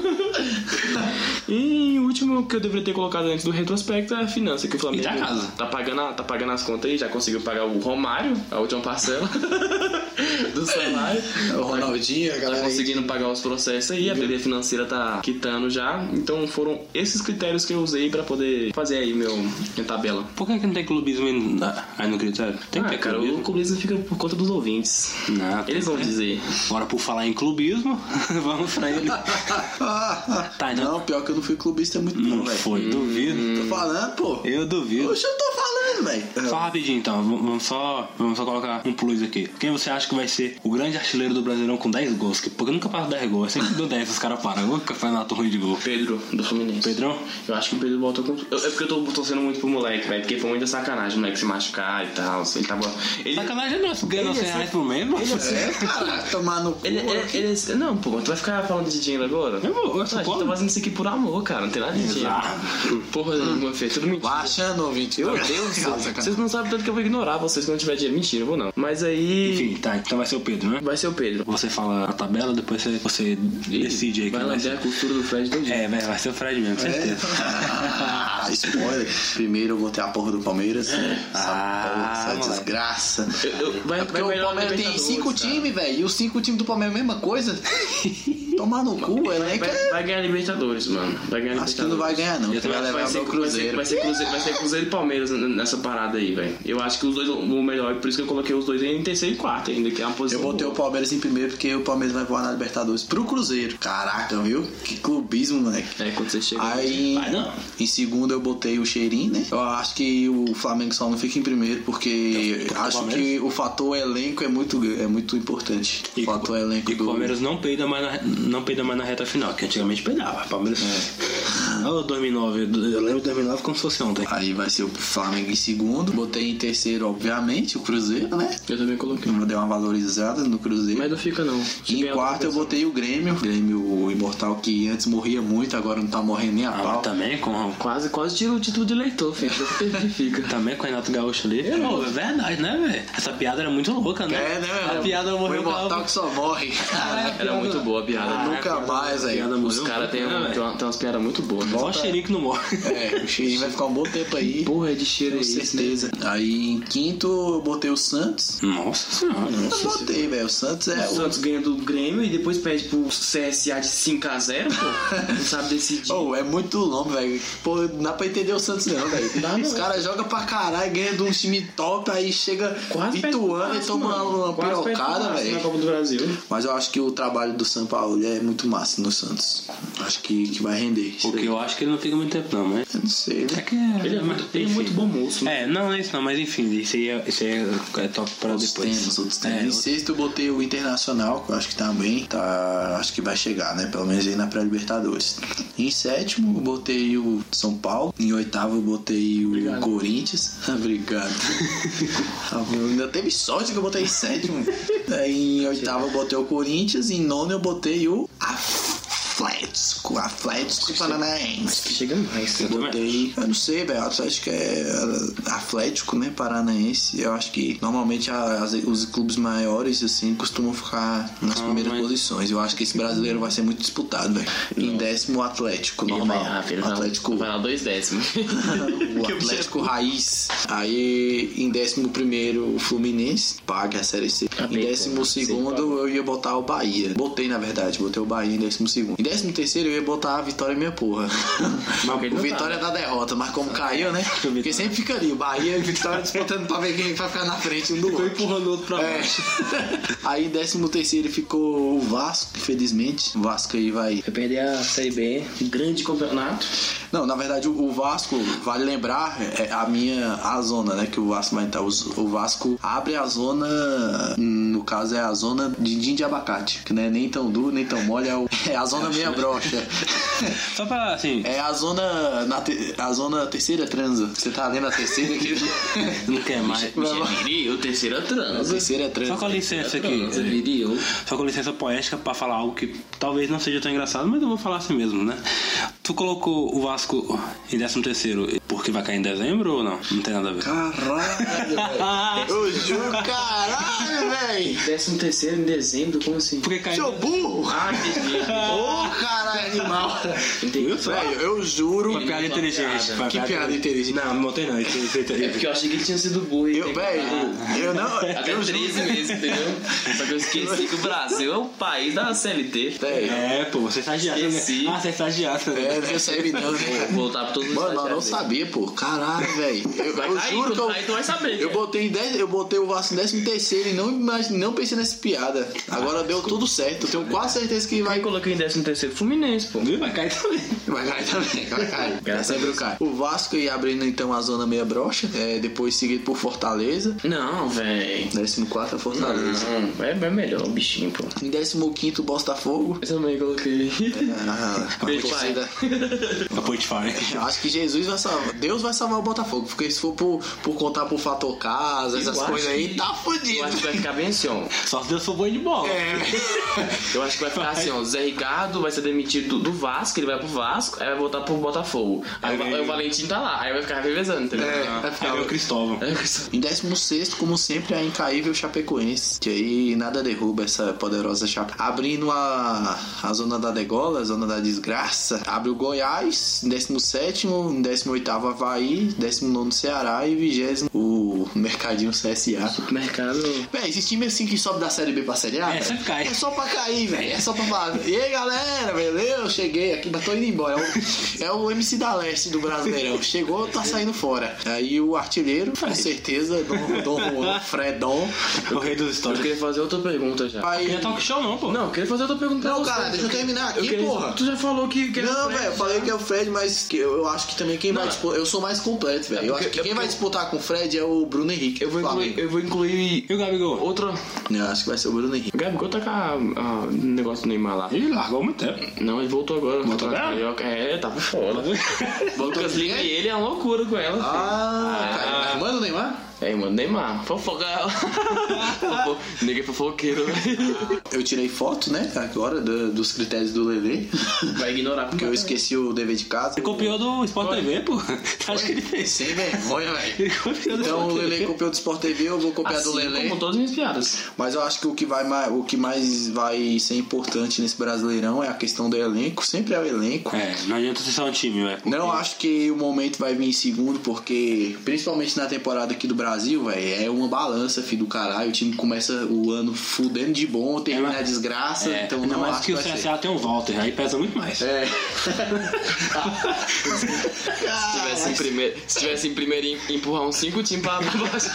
Speaker 3: e o último que eu deveria ter colocado antes do retrospecto é a finança, que o Flamengo.
Speaker 2: E da casa.
Speaker 3: Tá pagando, a- tá pagando as contas aí, já conseguiu pagar o Romário, a última parcela do salário.
Speaker 4: O Ronaldinho, a
Speaker 3: Tá
Speaker 4: galera aí.
Speaker 3: conseguindo pagar os processos aí, a TV financeira tá quitando já. Então foram esses critérios que eu usei pra poder fazer aí meu, minha tabela.
Speaker 2: Por que, que não tem clubismo aí no- aí no critério? Tem que
Speaker 3: Ah,
Speaker 2: ter
Speaker 3: cara, o
Speaker 2: clubismo.
Speaker 3: clubismo fica por conta dos ouvintes.
Speaker 2: Não, tem
Speaker 3: Eles vão
Speaker 2: que ter.
Speaker 3: dizer.
Speaker 2: Bora por falar em clubismo, vamos pra ele.
Speaker 4: Ah,
Speaker 2: Tá, então-
Speaker 4: não, pior que eu não fui clubista muito não,
Speaker 3: Hum,
Speaker 2: Não
Speaker 4: velho.
Speaker 2: foi, duvido.
Speaker 4: Tô falando, pô.
Speaker 2: Eu duvido.
Speaker 4: Poxa, eu tô falando, velho.
Speaker 2: Só rapidinho então, v- vamos só, vamos só colocar um plus aqui. Quem você acha que vai ser o grande artilheiro do Brasileirão com 10 gols? Que- Porque eu nunca passo 10 gols, eu sempre dou 10, os caras param. Ô, campeonato ruim de gol.
Speaker 3: Pedro, do Fluminense.
Speaker 2: Pedrão?
Speaker 3: Eu acho que o Pedro voltou com. eu- é porque eu tô torcendo muito pro moleque, velho. Porque foi muita sacanagem o moleque se machucar e tal. assim, Ele tava. Ele,
Speaker 2: Sacanagem nossa, ganhou 100 reais por mês, mano.
Speaker 4: É, cara, tomar no cu.
Speaker 3: Ele, ele, ele- não, pô, tu vai ficar falando de dinheiro agora?
Speaker 2: Eu vou, eu sou
Speaker 3: Ah, a gente
Speaker 2: pobre.
Speaker 3: tá fazendo isso aqui por amor, cara, não tem nada de dinheiro. Porra
Speaker 2: Hum.
Speaker 3: nenhuma, Fê, tudo mentira.
Speaker 4: Lá achando, ouvinte.
Speaker 3: Meu Deus,
Speaker 4: Cara,
Speaker 3: vocês-
Speaker 4: sacanagem.
Speaker 3: vocês não sabem tanto que eu vou ignorar vocês quando tiver dinheiro. Mentira, eu vou não. Mas aí.
Speaker 2: Enfim, tá, então vai ser o Pedro, né?
Speaker 3: Vai ser o Pedro.
Speaker 2: Você fala a tabela, depois você, você decide aí
Speaker 3: Vai
Speaker 2: quem vai
Speaker 3: lamber
Speaker 2: ser.
Speaker 3: a cultura do Fred todo dia.
Speaker 2: É, vai, vai ser o Fred mesmo, certeza.
Speaker 4: Ah, spoiler. Primeiro eu botei a porra do Palmeiras. Essa
Speaker 2: Ah,
Speaker 4: porra, essa
Speaker 2: moleque.
Speaker 4: desgraça.
Speaker 3: Eu- eu- vai,
Speaker 4: É porque o Palmeiras tem cinco times, velho. E os cinco times do Palmeiras é a mesma coisa. Tomar no cu, é nem
Speaker 3: Vai, vai ganhar Libertadores, mano. Vai ganhar
Speaker 4: Acho
Speaker 3: Libertadores.
Speaker 4: que não vai ganhar, não.
Speaker 2: Eu
Speaker 4: Quem
Speaker 2: também
Speaker 4: vai
Speaker 2: acho que
Speaker 4: levar
Speaker 3: Vai
Speaker 4: é
Speaker 3: ser, vai, ser,
Speaker 4: o Cruzeiro.
Speaker 3: vai, ser cruzeiro, vai ser Cruzeiro e Palmeiras n- nessa parada aí, velho. Eu acho que os dois vão vão melhor, por isso que eu coloquei os dois em terceiro e quarto ainda, que é uma
Speaker 4: Eu
Speaker 3: posição.
Speaker 4: botei o
Speaker 3: boa.
Speaker 4: Palmeiras em primeiro porque o Palmeiras vai voar na Libertadores pro Cruzeiro. Caraca, viu? Que clubismo, moleque.
Speaker 3: É, quando você chega.
Speaker 4: Aí,
Speaker 2: Vai não.
Speaker 4: em segundo, eu botei o Cheirinho, né? Eu acho que o Flamengo só não fica em primeiro, porque acho que
Speaker 2: Palmeiras?
Speaker 4: o fator elenco é muito, é muito importante. O fator elenco
Speaker 2: e
Speaker 4: do...
Speaker 2: o Palmeiras não peida, mais na, não peida mais na reta final, que antigamente peidava. Palmeiras. Olha o 2009, eu lembro de 2009 como se fosse ontem.
Speaker 4: Aí vai ser o Flamengo em segundo. Botei em terceiro, obviamente, o Cruzeiro, né?
Speaker 3: Eu também coloquei.
Speaker 4: Eu dei uma valorizada no Cruzeiro.
Speaker 3: Mas não fica, não.
Speaker 4: E
Speaker 3: Cheguei
Speaker 4: em
Speaker 3: a-
Speaker 4: quarto eu botei o Grêmio. O Grêmio o Imortal que antes morria muito, agora não tá morrendo nem a
Speaker 2: Ah,
Speaker 4: pau.
Speaker 2: mas também com,
Speaker 3: Quase, quase tira o título de eleitor, filho. Você fica.
Speaker 2: também é com o Renato Gaúcho ali. Pô, é verdade, né, velho? Essa piada era muito louca, né?
Speaker 4: É, né,
Speaker 2: A
Speaker 4: velho?
Speaker 2: piada
Speaker 4: o
Speaker 2: morreu É. com
Speaker 4: Imortal
Speaker 2: a...
Speaker 4: que só morre.
Speaker 3: Era muito boa a piada.
Speaker 2: Ah,
Speaker 4: Nunca
Speaker 2: a piada-
Speaker 4: mais,
Speaker 2: a
Speaker 4: aí.
Speaker 2: piada
Speaker 3: Os
Speaker 2: morreu
Speaker 3: caras
Speaker 2: muito,
Speaker 3: têm
Speaker 2: né,
Speaker 3: um-
Speaker 2: velho?
Speaker 3: tem uma- tem umas piadas muito boas.
Speaker 2: Só o cheirinho que não morre.
Speaker 4: É, o Cheirinho vai ficar um bom tempo aí.
Speaker 3: Porra, é de cheiro
Speaker 4: Com
Speaker 3: aí.
Speaker 4: certeza. Aí em quinto eu botei o Santos.
Speaker 2: Nossa senhora.
Speaker 4: Eu botei, velho. O Santos
Speaker 3: O
Speaker 4: é o.
Speaker 3: Santos ganha do Grêmio e depois pede pro CSA de 5x0, pô. Não sabe decidir.
Speaker 4: Oh, é muito longo, velho. Pô, não dá pra entender o Santos, não, velho. Os caras jogam pra caralho, ganham de um time top, aí chega
Speaker 3: Quase perde pro
Speaker 4: Ituano e
Speaker 3: Vasco,
Speaker 4: toma
Speaker 3: mano.
Speaker 4: uma
Speaker 3: Quase perde pro
Speaker 4: pirocada,
Speaker 3: Vasco né? Na
Speaker 4: velho.
Speaker 3: Copa do Brasil.
Speaker 4: Mas eu acho que o trabalho do São Paulo é muito massa no Santos. Acho que, que vai render.
Speaker 2: O que eu acho que ele não fica muito tempo, não, mas.
Speaker 4: Eu não sei, né?
Speaker 2: que
Speaker 3: Ele é muito, ele é muito bom moço. né?
Speaker 2: É, não, não é isso não, mas enfim, isso aí é, isso aí é- é top pra
Speaker 4: Outros
Speaker 2: depois.
Speaker 4: temas, outros temas.
Speaker 2: É,
Speaker 4: em sexto eu botei o Internacional, que eu acho que tá bem. Tá, acho que vai chegar, né? Pelo menos aí na pré-libertadores. Em sétimo eu botei o São Paulo. Em oitavo eu botei o Corinthians. Obrigado. Ainda teve sorte que eu botei em sétimo. Aí, em oitavo eu botei o Corinthians. Em nono eu botei o Atlético. Atlético Paranaense.
Speaker 3: Chega mais.
Speaker 2: eu também.
Speaker 4: Botei. Eu não sei, velho. Atlético é Atlético, né? Paranaense. Eu acho que normalmente as- os clubes maiores, assim, costumam ficar nas
Speaker 2: Ah,
Speaker 4: primeiras
Speaker 2: mas-
Speaker 4: posições. Eu acho que esse brasileiro vai ser muito disputado, velho. Em décimo, o Atlético,
Speaker 3: Ele
Speaker 4: normal.
Speaker 3: vai lá, filho. vai lá-
Speaker 4: Atlético.
Speaker 3: Vai lá dois décimos.
Speaker 4: O Atlético Raiz. Aí, em décimo primeiro, o Fluminense. Paga a Série C.
Speaker 3: Ah,
Speaker 2: Tá
Speaker 4: Em
Speaker 3: bem,
Speaker 4: décimo
Speaker 3: pô,
Speaker 4: segundo, eu ia botar o Bahia. Botei, na verdade. Botei o Bahia em décimo segundo. Em décimo terceiro eu ia botar a vitória minha porra.
Speaker 2: ele não tá, é.
Speaker 4: o Vitória é da derrota, mas como caiu, né? Porque sempre fica ali, o Bahia e o Vitória disputando pra ver quem vai ficar na frente um do
Speaker 2: Foi
Speaker 4: outro.
Speaker 2: empurrando o outro pra
Speaker 4: É.
Speaker 2: baixo.
Speaker 4: Aí décimo terceiro ficou o Vasco, infelizmente. O Vasco aí vai.
Speaker 3: Vai perder a Série B, um grande campeonato.
Speaker 4: Não, na verdade o o Vasco, vale lembrar, é a minha a zona, né? Que o Vasco vai entrar. Os- O Vasco abre a zona, hum, no caso é a zona de din de abacate, que não é nem tão duro, nem tão mole, é, o- é a zona meia brocha.
Speaker 2: Só pra, assim,
Speaker 4: É a zona. na te- a zona terceira transa. Você tá lendo a terceira aqui?
Speaker 2: não quer mais.
Speaker 3: Miri, o terceiro é
Speaker 4: a
Speaker 3: trans. É
Speaker 4: terceira
Speaker 2: Só com
Speaker 4: transa.
Speaker 2: a licença aqui.
Speaker 3: Miri, eu.
Speaker 2: Só com licença poética pra falar algo que talvez não seja tão engraçado, mas eu vou falar assim mesmo, né? Tu colocou o Vasco em 13 terceiro porque vai cair em dezembro ou não? Não tem nada a ver.
Speaker 4: Caralho, velho.
Speaker 2: Ah,
Speaker 4: Eu juro, caralho, velho.
Speaker 3: Décimo terceiro em dezembro, como assim?
Speaker 2: porque caiu.
Speaker 4: Seu burro.
Speaker 3: Ah, entendi.
Speaker 4: Ô, caralho, animal.
Speaker 3: Entendi.
Speaker 4: Velho, eu juro.
Speaker 2: Uma piada inteligente.
Speaker 3: Uma
Speaker 2: Uma
Speaker 4: Que piada inteligente.
Speaker 2: Não, não tem não. Isso- tá isso-
Speaker 3: É porque eu achei que ele tinha sido burro.
Speaker 4: Eu, velho, eu não.
Speaker 3: Até
Speaker 4: Eu
Speaker 3: 13 meses, entendeu? Só que eu esqueci que o Brasil é o país da CLT.
Speaker 4: Velho,
Speaker 2: É, pô, você é estagiário, né?
Speaker 3: Esqueci.
Speaker 2: Ah, você é estagiário. né?
Speaker 4: é, não serve não,
Speaker 3: Vou
Speaker 4: né?
Speaker 3: voltar pra todo mundo.
Speaker 4: Mano, eu não sabia, pô. Caralho, velho. Eu,
Speaker 3: Vai
Speaker 4: eu
Speaker 3: cair,
Speaker 4: juro que
Speaker 3: tu, tá, então é
Speaker 4: eu.
Speaker 3: aí tu vai saber.
Speaker 4: Eu
Speaker 3: cara.
Speaker 4: botei, em dez- eu botei o Vasco em 13 terceiro e não, imagi- não pensei nessa piada.
Speaker 3: Ah,
Speaker 4: Agora deu tudo certo. Eu tenho quase certeza que vai
Speaker 3: Aí coloquei em 13 terceiro Fluminense, pô.
Speaker 2: Viu? Vai cair também.
Speaker 4: Vai cair também, vai cair.
Speaker 3: Graças
Speaker 4: sempre cai. O Vasco ia abrindo então a zona meia brocha, é, depois seguido por Fortaleza.
Speaker 3: Não, velho.
Speaker 4: 14 é Fortaleza.
Speaker 3: Não, é, é melhor o bichinho, pô.
Speaker 4: Em 15 Botafogo.
Speaker 3: Eu também coloquei.
Speaker 4: Ah,
Speaker 3: Beijo,
Speaker 4: a torcida-
Speaker 2: A Portify.
Speaker 4: Eu acho que Jesus vai salvar. Deus vai salvar o Botafogo. Porque se for por, por contar por fator casa, essas
Speaker 3: acho
Speaker 4: coisas aí,
Speaker 3: que-
Speaker 4: tá
Speaker 3: Eu
Speaker 4: fudido.
Speaker 3: acho que vai ficar bem assim, ó.
Speaker 2: Só se Deus for bom de bola.
Speaker 4: É,
Speaker 3: Eu acho que vai ficar assim, ó. Zé Ricardo vai ser demitido do, do Vasco, ele vai pro Vasco, aí vai voltar pro Botafogo. Aí, o-
Speaker 2: Aí-
Speaker 3: aí o Valentim tá lá, aí vai ficar revezando, entendeu?
Speaker 4: é, vai
Speaker 2: Aí
Speaker 4: ficar
Speaker 2: veio o Cristóvão.
Speaker 3: Aí eu só-
Speaker 4: Em 16, como sempre, a incaível Chapecoense. Que aí nada derruba essa poderosa chapa. Abrindo a, a zona da degola, a zona da desgraça. Abre o Goiás, em 17, em 18 Havaí, 19 Ceará e 20 o Mercadinho CSA.
Speaker 3: Mercado.
Speaker 4: Véi, esse time assim que sobe da Série B pra Série A,
Speaker 2: É,
Speaker 4: véi,
Speaker 2: sempre cai.
Speaker 4: é só pra cair, velho. É só pra falar. E aí, galera, beleza? Eu cheguei aqui, mas tô indo embora. É o, é o MC da Leste do Brasileirão. Chegou, tá saindo fora. Aí o artilheiro, com certeza, Dom, Dom Fredon.
Speaker 2: É O rei dos
Speaker 3: Eu
Speaker 2: stories.
Speaker 3: queria fazer outra pergunta já.
Speaker 2: Não
Speaker 4: Vai.
Speaker 2: é talk show, não, pô.
Speaker 3: Não, eu queria fazer outra pergunta pra
Speaker 4: Não,
Speaker 3: você.
Speaker 4: cara, deixa eu terminar aqui,
Speaker 3: queria-
Speaker 4: porra.
Speaker 3: Tu já falou que. que
Speaker 4: Não,
Speaker 3: era-
Speaker 4: velho, eu falei que é o Fred, mas que eu, eu acho que também quem vai
Speaker 3: Não.
Speaker 4: disputar. Eu sou mais completo, velho.
Speaker 3: É
Speaker 4: eu
Speaker 3: porque-
Speaker 4: acho que
Speaker 3: é
Speaker 4: quem
Speaker 3: porque
Speaker 4: vai
Speaker 3: eu-
Speaker 4: disputar com o Fred é o Bruno Henrique.
Speaker 3: Eu vou,
Speaker 4: Flamengo.
Speaker 3: incluir, eu vou incluir
Speaker 2: E o Gabigol?
Speaker 3: outra.
Speaker 4: Eu acho que vai ser o Bruno Henrique.
Speaker 3: O Gabigol tá com a- a- o negócio do Neymar lá.
Speaker 2: Ele largou há muito tempo.
Speaker 3: Não, ele voltou agora.
Speaker 2: Voltou
Speaker 3: Tá na
Speaker 2: mesmo?
Speaker 3: Carioca. É, tava fora. Lucas Lima
Speaker 4: bem?
Speaker 3: e ele é uma loucura com ela.
Speaker 4: Ah, cara, manda o Neymar?
Speaker 3: filho. É, mano, Neymar. Fofoca. Fofo- Ninguém é fofoqueiro, velho.
Speaker 4: Eu tirei foto, né, agora, do- dos critérios do Lelê,
Speaker 3: Vai ignorar porque
Speaker 4: que eu esqueci o dever de casa.
Speaker 2: Ele copiou do Sport TV, pô. Tu acha que ele fez?
Speaker 4: Sem vergonha, velho.
Speaker 2: Ele copiou do
Speaker 4: Então o
Speaker 2: Sport
Speaker 4: Lelê
Speaker 2: TV.
Speaker 4: copiou do Sport TV, eu vou copiar do
Speaker 3: Assim
Speaker 4: Lelê.
Speaker 3: como todas as minhas piadas.
Speaker 4: Mas eu acho que o que, vai mais, o que mais vai ser importante nesse Brasileirão é a questão do elenco. Sempre é o elenco.
Speaker 2: É, não adianta você ser um time, velho.
Speaker 4: Não acho que o momento vai vir em segundo, porque principalmente na temporada aqui do Brasil, velho, é uma balança, filho do caralho. O time começa o ano fudendo de bom, termina
Speaker 2: mas-
Speaker 4: a desgraça.
Speaker 2: É,
Speaker 4: então
Speaker 2: ainda
Speaker 4: não
Speaker 2: mais
Speaker 4: acho
Speaker 2: que o
Speaker 4: vai ser.
Speaker 2: CSA tem o Walter, aí pesa muito mais.
Speaker 4: É.
Speaker 3: Se tivesse em primeiro, se tivesse em primeiro em- empurrar uns cinco times pra pra baixo.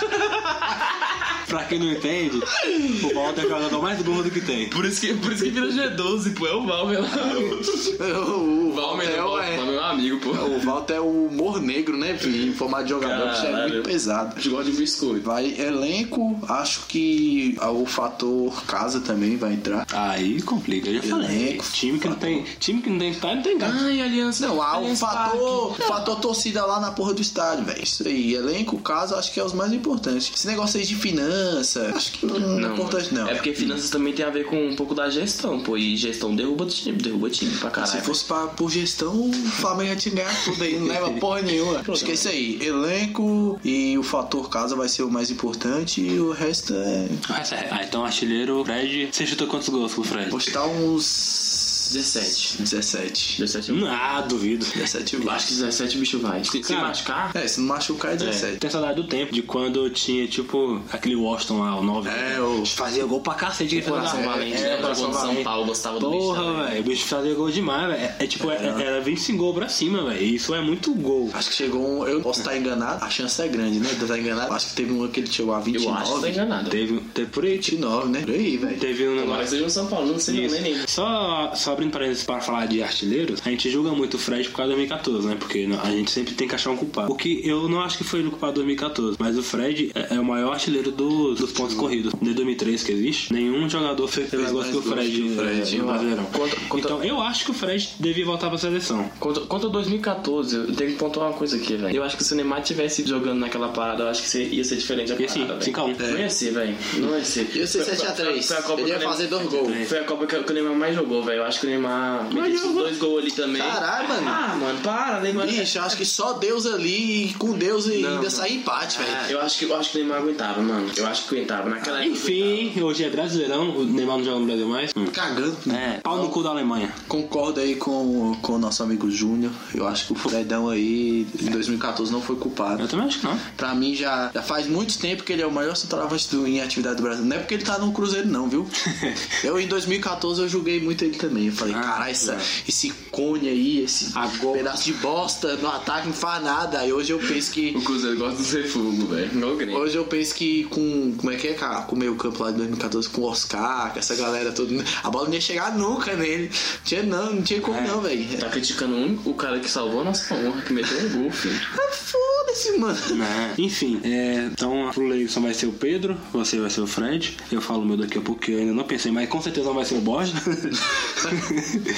Speaker 2: Pra quem não entende, o Walter é o jogador mais gordo que tem.
Speaker 3: Por isso que, por isso que vira G12, pô. É o Valmer lá.
Speaker 4: o
Speaker 3: O Valmer
Speaker 4: Valmer
Speaker 3: é, o-
Speaker 4: é,
Speaker 3: Valmer é meu amigo, pô.
Speaker 4: O Walter é o humor negro, né? filho? Em formato de jogador, que isso é
Speaker 3: Caralho.
Speaker 4: muito pesado.
Speaker 3: Gosta de biscoito.
Speaker 4: Vai elenco, acho que ah, o fator casa também vai entrar.
Speaker 2: Aí complica, eu já
Speaker 3: é
Speaker 2: falei.
Speaker 4: Elenco,
Speaker 2: Time que não tem, time que não tem estádio, não tem gato.
Speaker 3: Ai, aliança.
Speaker 4: Não, há o
Speaker 3: Aliança Parque.
Speaker 4: fator, o fator torcida lá na porra do estádio, velho. Isso aí, elenco, casa, acho que é os mais importantes. Esse negócio aí de finança, acho que não, não é importante, não.
Speaker 3: É porque finanças também tem a ver com um pouco da gestão, pô. E gestão derruba time, derruba time pra
Speaker 4: Se
Speaker 3: caralho.
Speaker 4: fosse pra, por gestão, o Flamengo ia te ganhar tudo aí, não leva porra nenhuma. Acho que é isso aí. Elenco e o fator casa vai ser o mais importante e o resto é
Speaker 3: tá
Speaker 2: Ah, essa é- ah, então artilheiro, Fred. Você chutou quantos gols pro Fred?
Speaker 4: Postar uns 17. 17.
Speaker 3: 17 eu
Speaker 2: Ah, duvido.
Speaker 4: 17
Speaker 3: eu acho que 17 o bicho vai. Se, se
Speaker 2: Cara,
Speaker 3: machucar,
Speaker 4: É, se não machucar é 17.
Speaker 2: Tem saudade do tempo, de quando tinha, tipo, aquele Washington lá, o 9.
Speaker 4: É, o-
Speaker 2: Fazia gol pra cacete. aquele
Speaker 3: coração
Speaker 2: cara.
Speaker 3: valente,
Speaker 2: É,
Speaker 3: né? Coração
Speaker 2: coração
Speaker 3: de São
Speaker 2: valente.
Speaker 3: Paulo gostava do bicho. né? também.
Speaker 2: Porra, velho, o bicho fazia gol demais, velho. É, é tipo, é- é- era 25 gol pra cima, velho. Isso é muito gol.
Speaker 4: Acho que chegou um. Eu posso estar enganado, a chance é grande, né? De eu estar enganado. Acho que teve um que ele chegou
Speaker 3: Eu
Speaker 4: a
Speaker 3: acho que tá
Speaker 4: 29.
Speaker 3: enganado.
Speaker 2: Teve, teve por aí, tipo,
Speaker 4: 29, né? Por aí, velho.
Speaker 2: teve um
Speaker 3: Agora
Speaker 2: negócio.
Speaker 3: seja um São Paulo, não sei
Speaker 2: Isso.
Speaker 3: não, nem nem.
Speaker 2: Só, só abrindo parênteses pra falar de artilheiros, a gente julga muito o Fred por causa de 2014, né? Porque a gente sempre tem que achar um culpado. O que eu não acho que foi o culpado de 2014, mas o Fred é, é o maior artilheiro dos, dos pontos corridos. De 2003 que existe, nenhum jogador fez pelo
Speaker 4: Fez
Speaker 2: negócio que o
Speaker 4: mais gols
Speaker 2: Fred,
Speaker 4: que o Fred,
Speaker 2: é, no
Speaker 4: eu-
Speaker 2: Brasileirão.
Speaker 3: conta- conta-
Speaker 2: Então eu acho que o Fred devia voltar pra seleção.
Speaker 3: Quanto, quanto a 2014, eu tenho que pontuar uma coisa aqui, velho. Eu acho que se o Neymar tivesse jogando naquela parada, eu acho que se- ia ser é. diferente a
Speaker 2: E assim,
Speaker 3: parada, velho.
Speaker 2: 5x1.
Speaker 3: Não ia ser, velho. Não ia ser.
Speaker 4: Ia ser
Speaker 3: Foi-
Speaker 4: 7 a
Speaker 3: foi-
Speaker 4: 3.
Speaker 3: Foi a Copa
Speaker 4: Ele ia
Speaker 3: que o
Speaker 4: fazer
Speaker 3: Neymar-
Speaker 4: dois gols.
Speaker 3: Foi a Copa que, que o Neymar mais jogou, velho. Eu acho que o Neymar meteu esses dois gols ali também.
Speaker 4: Caralho, mano.
Speaker 3: Ah, mano, para, Neymar.
Speaker 4: Bicho, eu acho que só Deus ali e com Deus e
Speaker 3: Não,
Speaker 4: ainda
Speaker 3: não.
Speaker 4: sai empate,
Speaker 3: Ah,
Speaker 4: velho.
Speaker 3: Eu acho que eu acho que o Neymar aguentava, mano. Eu acho que aguentava. Naquela época,
Speaker 2: Enfim, hoje é brasileirão, o Neymar não joga no Brasil mais. Hum.
Speaker 4: Cagando.
Speaker 2: É, pau no cu da Alemanha.
Speaker 4: Concordo aí com, com o nosso amigo Júnior. Eu acho que o Fredão aí em 2014 não foi culpado.
Speaker 2: Eu também acho que não.
Speaker 4: Pra mim já, já faz muito tempo que ele é o maior centroavante do, em atividade do Brasil. Não é porque ele tá no Cruzeiro, não, viu? eu em 2014 eu julguei muito ele também. Eu falei,
Speaker 2: Ah,
Speaker 4: caralho, essa-
Speaker 2: é.
Speaker 4: esse cone aí, esse
Speaker 2: Agora-
Speaker 4: pedaço de bosta no ataque não faz nada. Aí hoje eu penso que.
Speaker 3: O Cruzeiro gosta dos refugos, velho. Igual o Grêmio.
Speaker 4: Hoje eu penso que com. Como é que é, cara? Com o meio campo lá de 2014, com o Oscar, com essa galera toda. A bola não ia chegar nunca nele. Não tinha não, não tinha
Speaker 2: É.
Speaker 4: como não, velho.
Speaker 3: Tá criticando o único- o cara que salvou a nossa honra, que meteu um gol, filho.
Speaker 4: Ah, foda-se, mano.
Speaker 2: Né? Enfim, é, então pro Leison vai ser o Pedro, você vai ser o Fred. Eu falo o meu daqui a pouco, que eu ainda não pensei, mas com certeza não vai ser o Borja.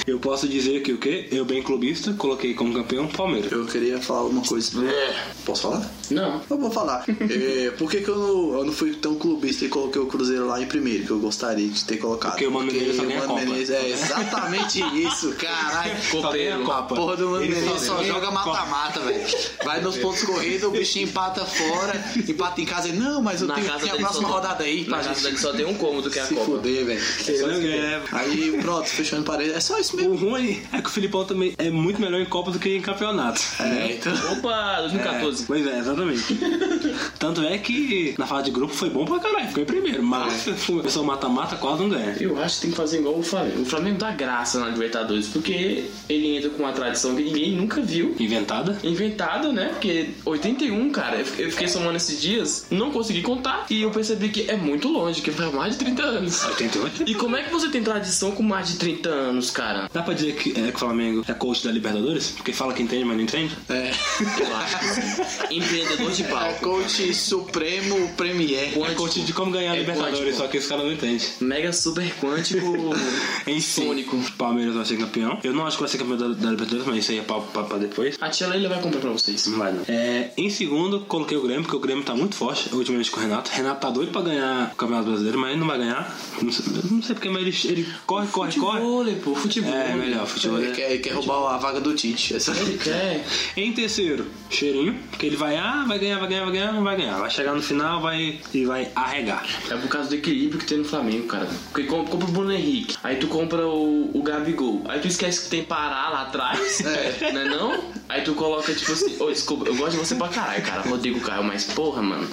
Speaker 2: eu posso dizer que o quê? Eu, bem clubista, coloquei como campeão o Palmeiras.
Speaker 4: Eu queria falar uma coisa.
Speaker 2: É.
Speaker 4: Posso falar?
Speaker 3: Não.
Speaker 4: Eu vou falar. É, por que, que eu, não, eu não fui tão clubista e coloquei o Cruzeiro lá em primeiro, que eu gostaria de ter colocado?
Speaker 2: Porque o Mano Menezes só
Speaker 4: o
Speaker 2: ganha
Speaker 4: Mano
Speaker 2: Copa.
Speaker 4: Menezes é exatamente isso, caralho.
Speaker 2: Só ganha a Copa.
Speaker 4: Porra do Mano
Speaker 2: Ele só
Speaker 4: Menezes só
Speaker 2: ganha a
Speaker 4: joga
Speaker 2: Copa.
Speaker 4: mata-mata, velho. Vai nos pontos corridos, o bichinho empata fora, empata em casa e não, mas eu
Speaker 3: Na
Speaker 4: tenho
Speaker 3: casa
Speaker 4: que a
Speaker 3: dele
Speaker 4: próxima
Speaker 3: só tem-
Speaker 4: rodada aí pra
Speaker 3: Na casa
Speaker 4: gente
Speaker 3: dele só tem um cômodo que é a
Speaker 4: se
Speaker 3: Copa.
Speaker 4: fuder, velho. Aí, pronto, fechando parede. É só isso
Speaker 2: É, O
Speaker 4: mesmo.
Speaker 2: ruim é que o Filipão também é muito melhor em Copa do que em campeonato.
Speaker 4: É, então.
Speaker 3: Opa, 2014.
Speaker 2: Pois é, exatamente. Tanto é que na fase de grupo foi bom pra caralho, ficou em primeiro. Mas o pessoal mata-mata quase não ganha.
Speaker 3: Eu acho que tem que fazer igual o Flamengo. O Flamengo dá graça na Libertadores, porque ele entra com uma tradição que ninguém nunca viu.
Speaker 2: Inventada?
Speaker 3: Inventada, né? Porque 81, cara, eu eu fiquei somando esses dias, não consegui contar. E eu percebi que é muito longe, que foi há mais de 30 anos.
Speaker 2: 88?
Speaker 3: E como é que você tem tradição com mais de 30 anos, cara?
Speaker 2: Dá pra dizer que, é, que o Flamengo é coach da Libertadores? Porque fala que entende, mas não entende?
Speaker 4: É.
Speaker 3: Eu acho que empreendedor de
Speaker 4: É
Speaker 3: palco.
Speaker 4: coach supremo premier.
Speaker 2: É coach de como ganhar a
Speaker 3: É
Speaker 2: Libertadores,
Speaker 3: quântico.
Speaker 2: só que esse cara não entende.
Speaker 3: Mega super quântico.
Speaker 2: Enfim,
Speaker 3: Sônico.
Speaker 2: o Palmeiras vai ser campeão. Eu não acho que vai ser campeão da, da Libertadores, mas isso aí é papo pra, pra depois.
Speaker 3: A tia Leila vai comprar pra vocês.
Speaker 2: Não vai não. É, em segundo, coloquei o Grêmio, porque o Grêmio tá muito forte ultimamente com o Renato. O Renato tá doido pra ganhar o Campeonato Brasileiro, mas ele não vai ganhar. Não sei, não sei porque, mas ele, ele corre, corre, corre.
Speaker 3: Futebol, pô, futebol.
Speaker 2: É, melhor, futebol.
Speaker 3: né?
Speaker 4: Ele quer, ele quer roubar a vaga do Tite. é Essa-
Speaker 3: Ele quer.
Speaker 2: Em terceiro, cheirinho, porque ele vai, ah, vai ganhar, vai ganhar, vai ganhar, não vai ganhar. Vai chegar no final vai, e vai arregar.
Speaker 3: É por causa do equilíbrio que tem no Flamengo, cara. Porque com- compra o Bruno Henrique, aí tu compra o, o Gabigol, aí tu esquece que tem Pará lá atrás,
Speaker 4: É.
Speaker 3: né não? Aí tu coloca tipo assim, ô, desculpa, eu gosto de você pra caralho, cara, Rodrigo Caio, mas porra, mano.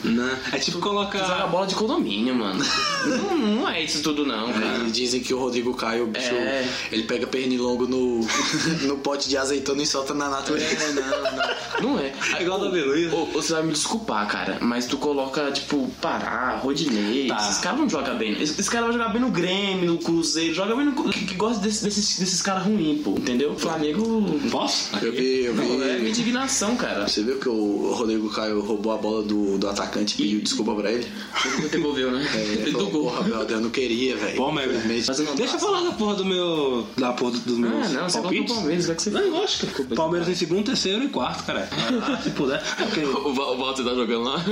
Speaker 2: É tipo
Speaker 3: Tu joga
Speaker 2: colocar.
Speaker 3: bola de condomínio, mano. não, não é isso tudo não, cara.
Speaker 4: Aí dizem que o Rodrigo Caio, o bicho,
Speaker 3: É.
Speaker 4: ele pega pernilongo no, no pote de azeitona e solta na natureza.
Speaker 3: Não, não, não é. Aí,
Speaker 2: Igual
Speaker 3: ô,
Speaker 2: da Beluia.
Speaker 3: ô, Você vai me desculpar, cara, mas tu coloca, tipo, Pará, Rodinei.
Speaker 2: Tá.
Speaker 3: Esses caras não jogam bem. Esse, esse cara vai jogar bem no Grêmio, no Cruzeiro, joga bem no. Cru- Que, que gosta desse- desses, desses caras ruins, pô. Entendeu? O Flamengo.
Speaker 2: Posso?
Speaker 4: Eu vi, eu vi.
Speaker 3: Pô, É indignação, cara.
Speaker 4: Você viu que o Rodrigo Caio roubou a bola do, do atacante e pediu desculpa pra ele? É,
Speaker 3: Ele devolveu, né?
Speaker 4: Ele
Speaker 3: Ele
Speaker 4: falou,
Speaker 3: tocou.
Speaker 4: porra, Belder, eu não queria, velho.
Speaker 2: Bom, mas-
Speaker 4: Infelizmente.
Speaker 3: Mas não
Speaker 2: Deixa eu
Speaker 3: dá.
Speaker 2: falar da porra do meu. Da porra do- dos meus.
Speaker 3: Ah, não, você coloca o
Speaker 2: palpites.
Speaker 3: Palmeiras, vai que você
Speaker 2: Não, lógico. Palmeiras em segundo, terceiro e quarto, cara. Ah, se puder. É, porque-
Speaker 3: O Val- o Walter tá jogando lá.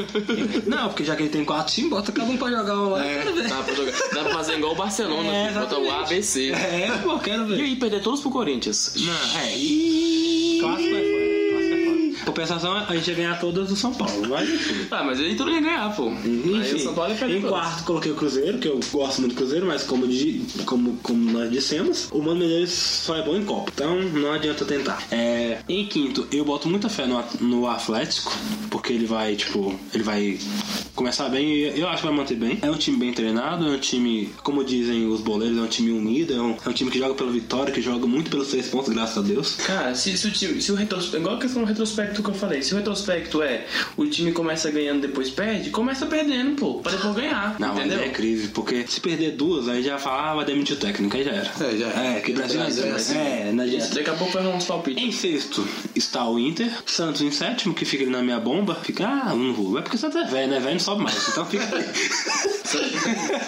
Speaker 2: Não, porque já que ele tem quatro times, bota cada um pra jogar um
Speaker 3: É.
Speaker 2: lá. Quero ver.
Speaker 3: Dá pra, jogar. Dá pra fazer igual o Barcelona,
Speaker 2: É,
Speaker 3: filho. bota o
Speaker 2: exatamente.
Speaker 3: ABC.
Speaker 2: É, pô, quero
Speaker 3: E
Speaker 2: ver.
Speaker 3: aí, perder todos pro Corinthians.
Speaker 2: Não, é. Clássico é foda. Clássico é foda. Compensação, a gente ia ganhar todas do São Paulo, mas enfim.
Speaker 3: Ah, mas aí tudo ia ganhar, pô. aí o
Speaker 2: Enfim,
Speaker 3: São Paulo ia perder
Speaker 2: em
Speaker 3: todas.
Speaker 2: quarto coloquei o Cruzeiro, que eu gosto muito do Cruzeiro, mas como, di- como, como nós dissemos, o Mano Menezes só é bom em Copa, então não adianta tentar. É, em quinto, eu boto muita fé no, At- no Atlético, porque ele vai, tipo, ele vai começar bem e eu acho que vai manter bem. É um time bem treinado, é um time, como dizem os boleiros, é um time unido, é um, é um time que joga pela vitória, que joga muito pelos três pontos, graças a Deus.
Speaker 3: Cara, se, se o time. Se o retrospecto. Igual a questão do retrospecto que eu falei. Se o retrospecto é o time começa ganhando depois perde, começa perdendo, pô. Pra depois ganhar.
Speaker 2: Não, mas
Speaker 3: entendeu?
Speaker 2: é crise, porque se perder duas, aí já fala, ah, vai demitir o técnico, aí já era.
Speaker 4: É, já era.
Speaker 2: É, que Brasil,
Speaker 4: Brasil é assim.
Speaker 2: é, não adianta.
Speaker 3: Isso, daqui a pouco vai uns palpites.
Speaker 2: Em sexto está o Inter, Santos em sétimo, que fica ali na minha bomba, fica, ah, não vou. É porque Santos é velho, né? Velho não sobe mais, então fica.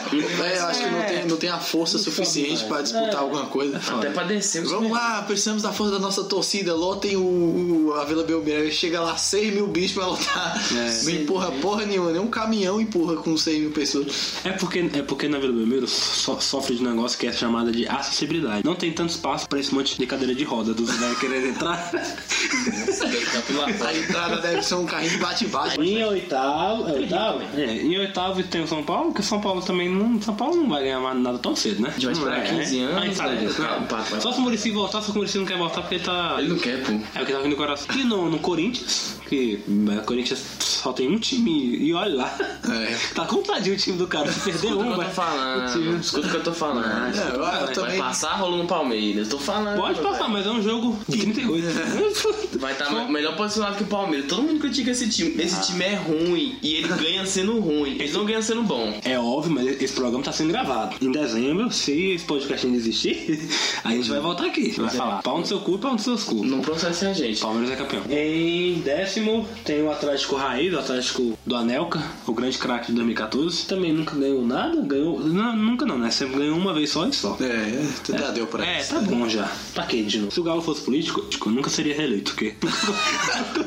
Speaker 4: É, eu acho que não tem, não tem a força
Speaker 2: é
Speaker 4: suficiente pra disputar alguma coisa.
Speaker 3: É. Até pra descer os
Speaker 4: Vamos lá, precisamos da força da nossa torcida. Lotem o, o- a Vila Belmiro. Chega lá 100 mil bichos pra lotar.
Speaker 2: É.
Speaker 4: Não empurra porra nenhuma, nem um caminhão empurra com 100 mil pessoas.
Speaker 2: É porque, é porque na Vila Belmiro so- sofre de um negócio que é chamada de acessibilidade. Não tem tanto espaço pra esse monte de cadeira de roda dos velhos querendo entrar.
Speaker 3: é
Speaker 4: A entrada deve ser um carrinho de bate-bate.
Speaker 2: Em oitavo. É oitavo? É, em oitavo tem o São Paulo, que o São Paulo também não. São Paulo não vai ganhar mais nada tão cedo, né?
Speaker 3: gente vai esperar
Speaker 2: Não
Speaker 3: 15 anos,
Speaker 2: A gente sabe
Speaker 3: né?
Speaker 2: disso, né?
Speaker 3: Calma, pá, pá.
Speaker 2: Só se o Murici voltar, só que o Murici não quer voltar porque ele tá.
Speaker 3: Ele não quer, pô.
Speaker 2: É o que tá vindo no coração. E no, no Corinthians, que é, o Corinthians só tem um time e olha lá.
Speaker 4: É.
Speaker 2: Tá contadinho o time do cara, se perder
Speaker 3: Escuta o
Speaker 2: um,
Speaker 3: que eu tô
Speaker 2: vai.
Speaker 3: falando.
Speaker 2: o time-
Speaker 3: Escuta o que eu tô falando.
Speaker 4: É, eu, eu
Speaker 3: Vai
Speaker 4: também.
Speaker 3: passar rolo no Palmeiras, tô falando.
Speaker 2: Pode
Speaker 3: meu
Speaker 2: passar, mas é um jogo de 38.
Speaker 3: velho. Vai estar melhor posicionado que o Palmeiras. Todo mundo critica esse time. Esse time é ruim e ele ganha sendo ruim. Ele não ganha sendo bom.
Speaker 2: É óbvio, mas esse programa tá sendo gravado. Em dezembro, se esse podcast ainda existir, a gente vai voltar aqui. Vai falar pau no seu cu e pau nos seus cu.
Speaker 3: Não processa a gente.
Speaker 2: Palmeiras é campeão. Em décimo tem o Atlético Raiz, o Atlético do Anelka, o grande craque de 2014. Também nunca ganhou nada, ganhou. não, nunca não, né? Sempre ganhou uma vez só e só.
Speaker 4: É, tu já deu pra
Speaker 2: É,
Speaker 4: isso.
Speaker 2: tá bom já. Pra quê de novo? Se o Galo fosse político, tipo, eu nunca seria reeleito, porque.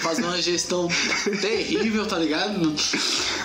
Speaker 4: Fazer uma gestão terrível, tá ligado?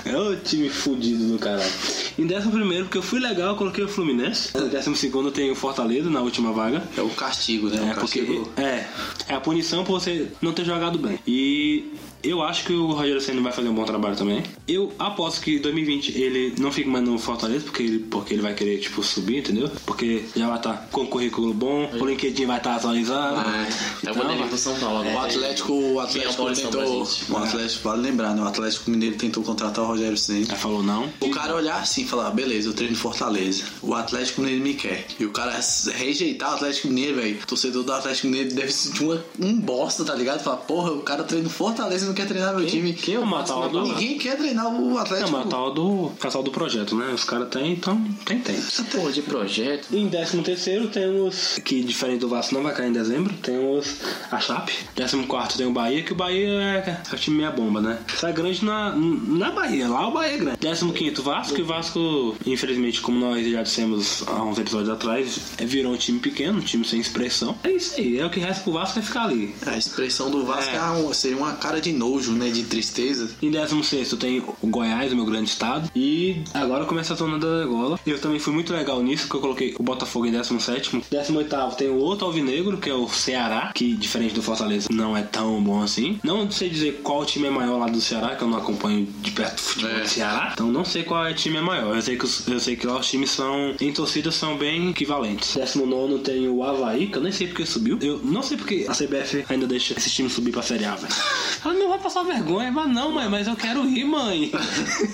Speaker 2: é o time fudido do caralho. Em décimo primeiro, porque eu fui legal, eu coloquei o Fluminense. Em décimo segundo eu tenho o Fortaleza na última vaga.
Speaker 4: É o castigo, né?
Speaker 2: É,
Speaker 4: o castigo.
Speaker 2: porque, é, é a punição por você não ter jogado bem. E eu acho que o Rogério Senna vai fazer um bom trabalho também. Eu aposto que em 2020 ele não fica mais no Fortaleza, porque ele, porque ele vai querer, tipo, subir, entendeu? Porque já vai estar com um currículo bom, o LinkedIn vai estar atualizado.
Speaker 3: É
Speaker 2: Então,
Speaker 3: o Bonelinho do São Paulo.
Speaker 2: É,
Speaker 4: O
Speaker 3: agora.
Speaker 4: Atlético, o
Speaker 3: Quem é o
Speaker 4: Atlético
Speaker 3: Paulistão pra
Speaker 4: tentou.
Speaker 3: gente?
Speaker 4: O Atlético, vale lembrar, né? O Atlético Mineiro tentou contratar o Rogério Ceni.
Speaker 2: Aí falou não.
Speaker 4: O cara olhar assim e falar, beleza, eu treino em Fortaleza. O Atlético Mineiro me quer. E o cara rejeitar o Atlético Mineiro, velho. O Torcedor do Atlético Mineiro deve se sentir uma, um bosta, tá ligado? Falar, porra, o cara treina em Fortaleza e não quer treinar meu time.
Speaker 2: Quem é o Matal do.
Speaker 4: Ninguém quer treinar o
Speaker 2: É
Speaker 4: Atlético.
Speaker 2: o Matal do. Casal do projeto, né? Os caras têm, então tem, tem.
Speaker 3: Porra de projeto.
Speaker 2: Em 13 terceiro temos, que diferente do Vasco não vai cair em dezembro, temos a Chape. 14 quarto tem o Bahia, que o Bahia é, é o time meia bomba, né? Sai grande na, na Bahia, lá o Bahia é grande. 15 quinto Vasco, que o Vasco, infelizmente, como nós já dissemos há uns episódios atrás, é, virou um time pequeno, um time sem expressão. É isso aí, é o que resta pro Vasco é ficar ali.
Speaker 4: A expressão do Vasco
Speaker 2: É.
Speaker 4: é um- seria uma cara de nojo, né? De tristeza.
Speaker 2: Em 16 tem o Goiás, o meu grande estado. E agora começa a zona da degola. Eu também fui muito legal nisso, que eu coloquei o Botafogo em 17. 18 tem o outro Alvinegro, que é o Ceará, que diferente do Fortaleza não é tão bom assim. Não sei dizer qual time é maior lá do Ceará, que eu não acompanho de perto o futebol
Speaker 4: É.
Speaker 2: do Ceará. Então não sei qual é time é maior. Eu sei que, os- eu sei que lá os times são, em torcida, são bem equivalentes. 19 tem o Havaí, que eu nem sei porque subiu. Eu não sei porque a CBF ainda deixa esse time subir pra Série A, velho. Ela não vai passar vergonha, mas não, mãe, mas eu quero rir, mãe.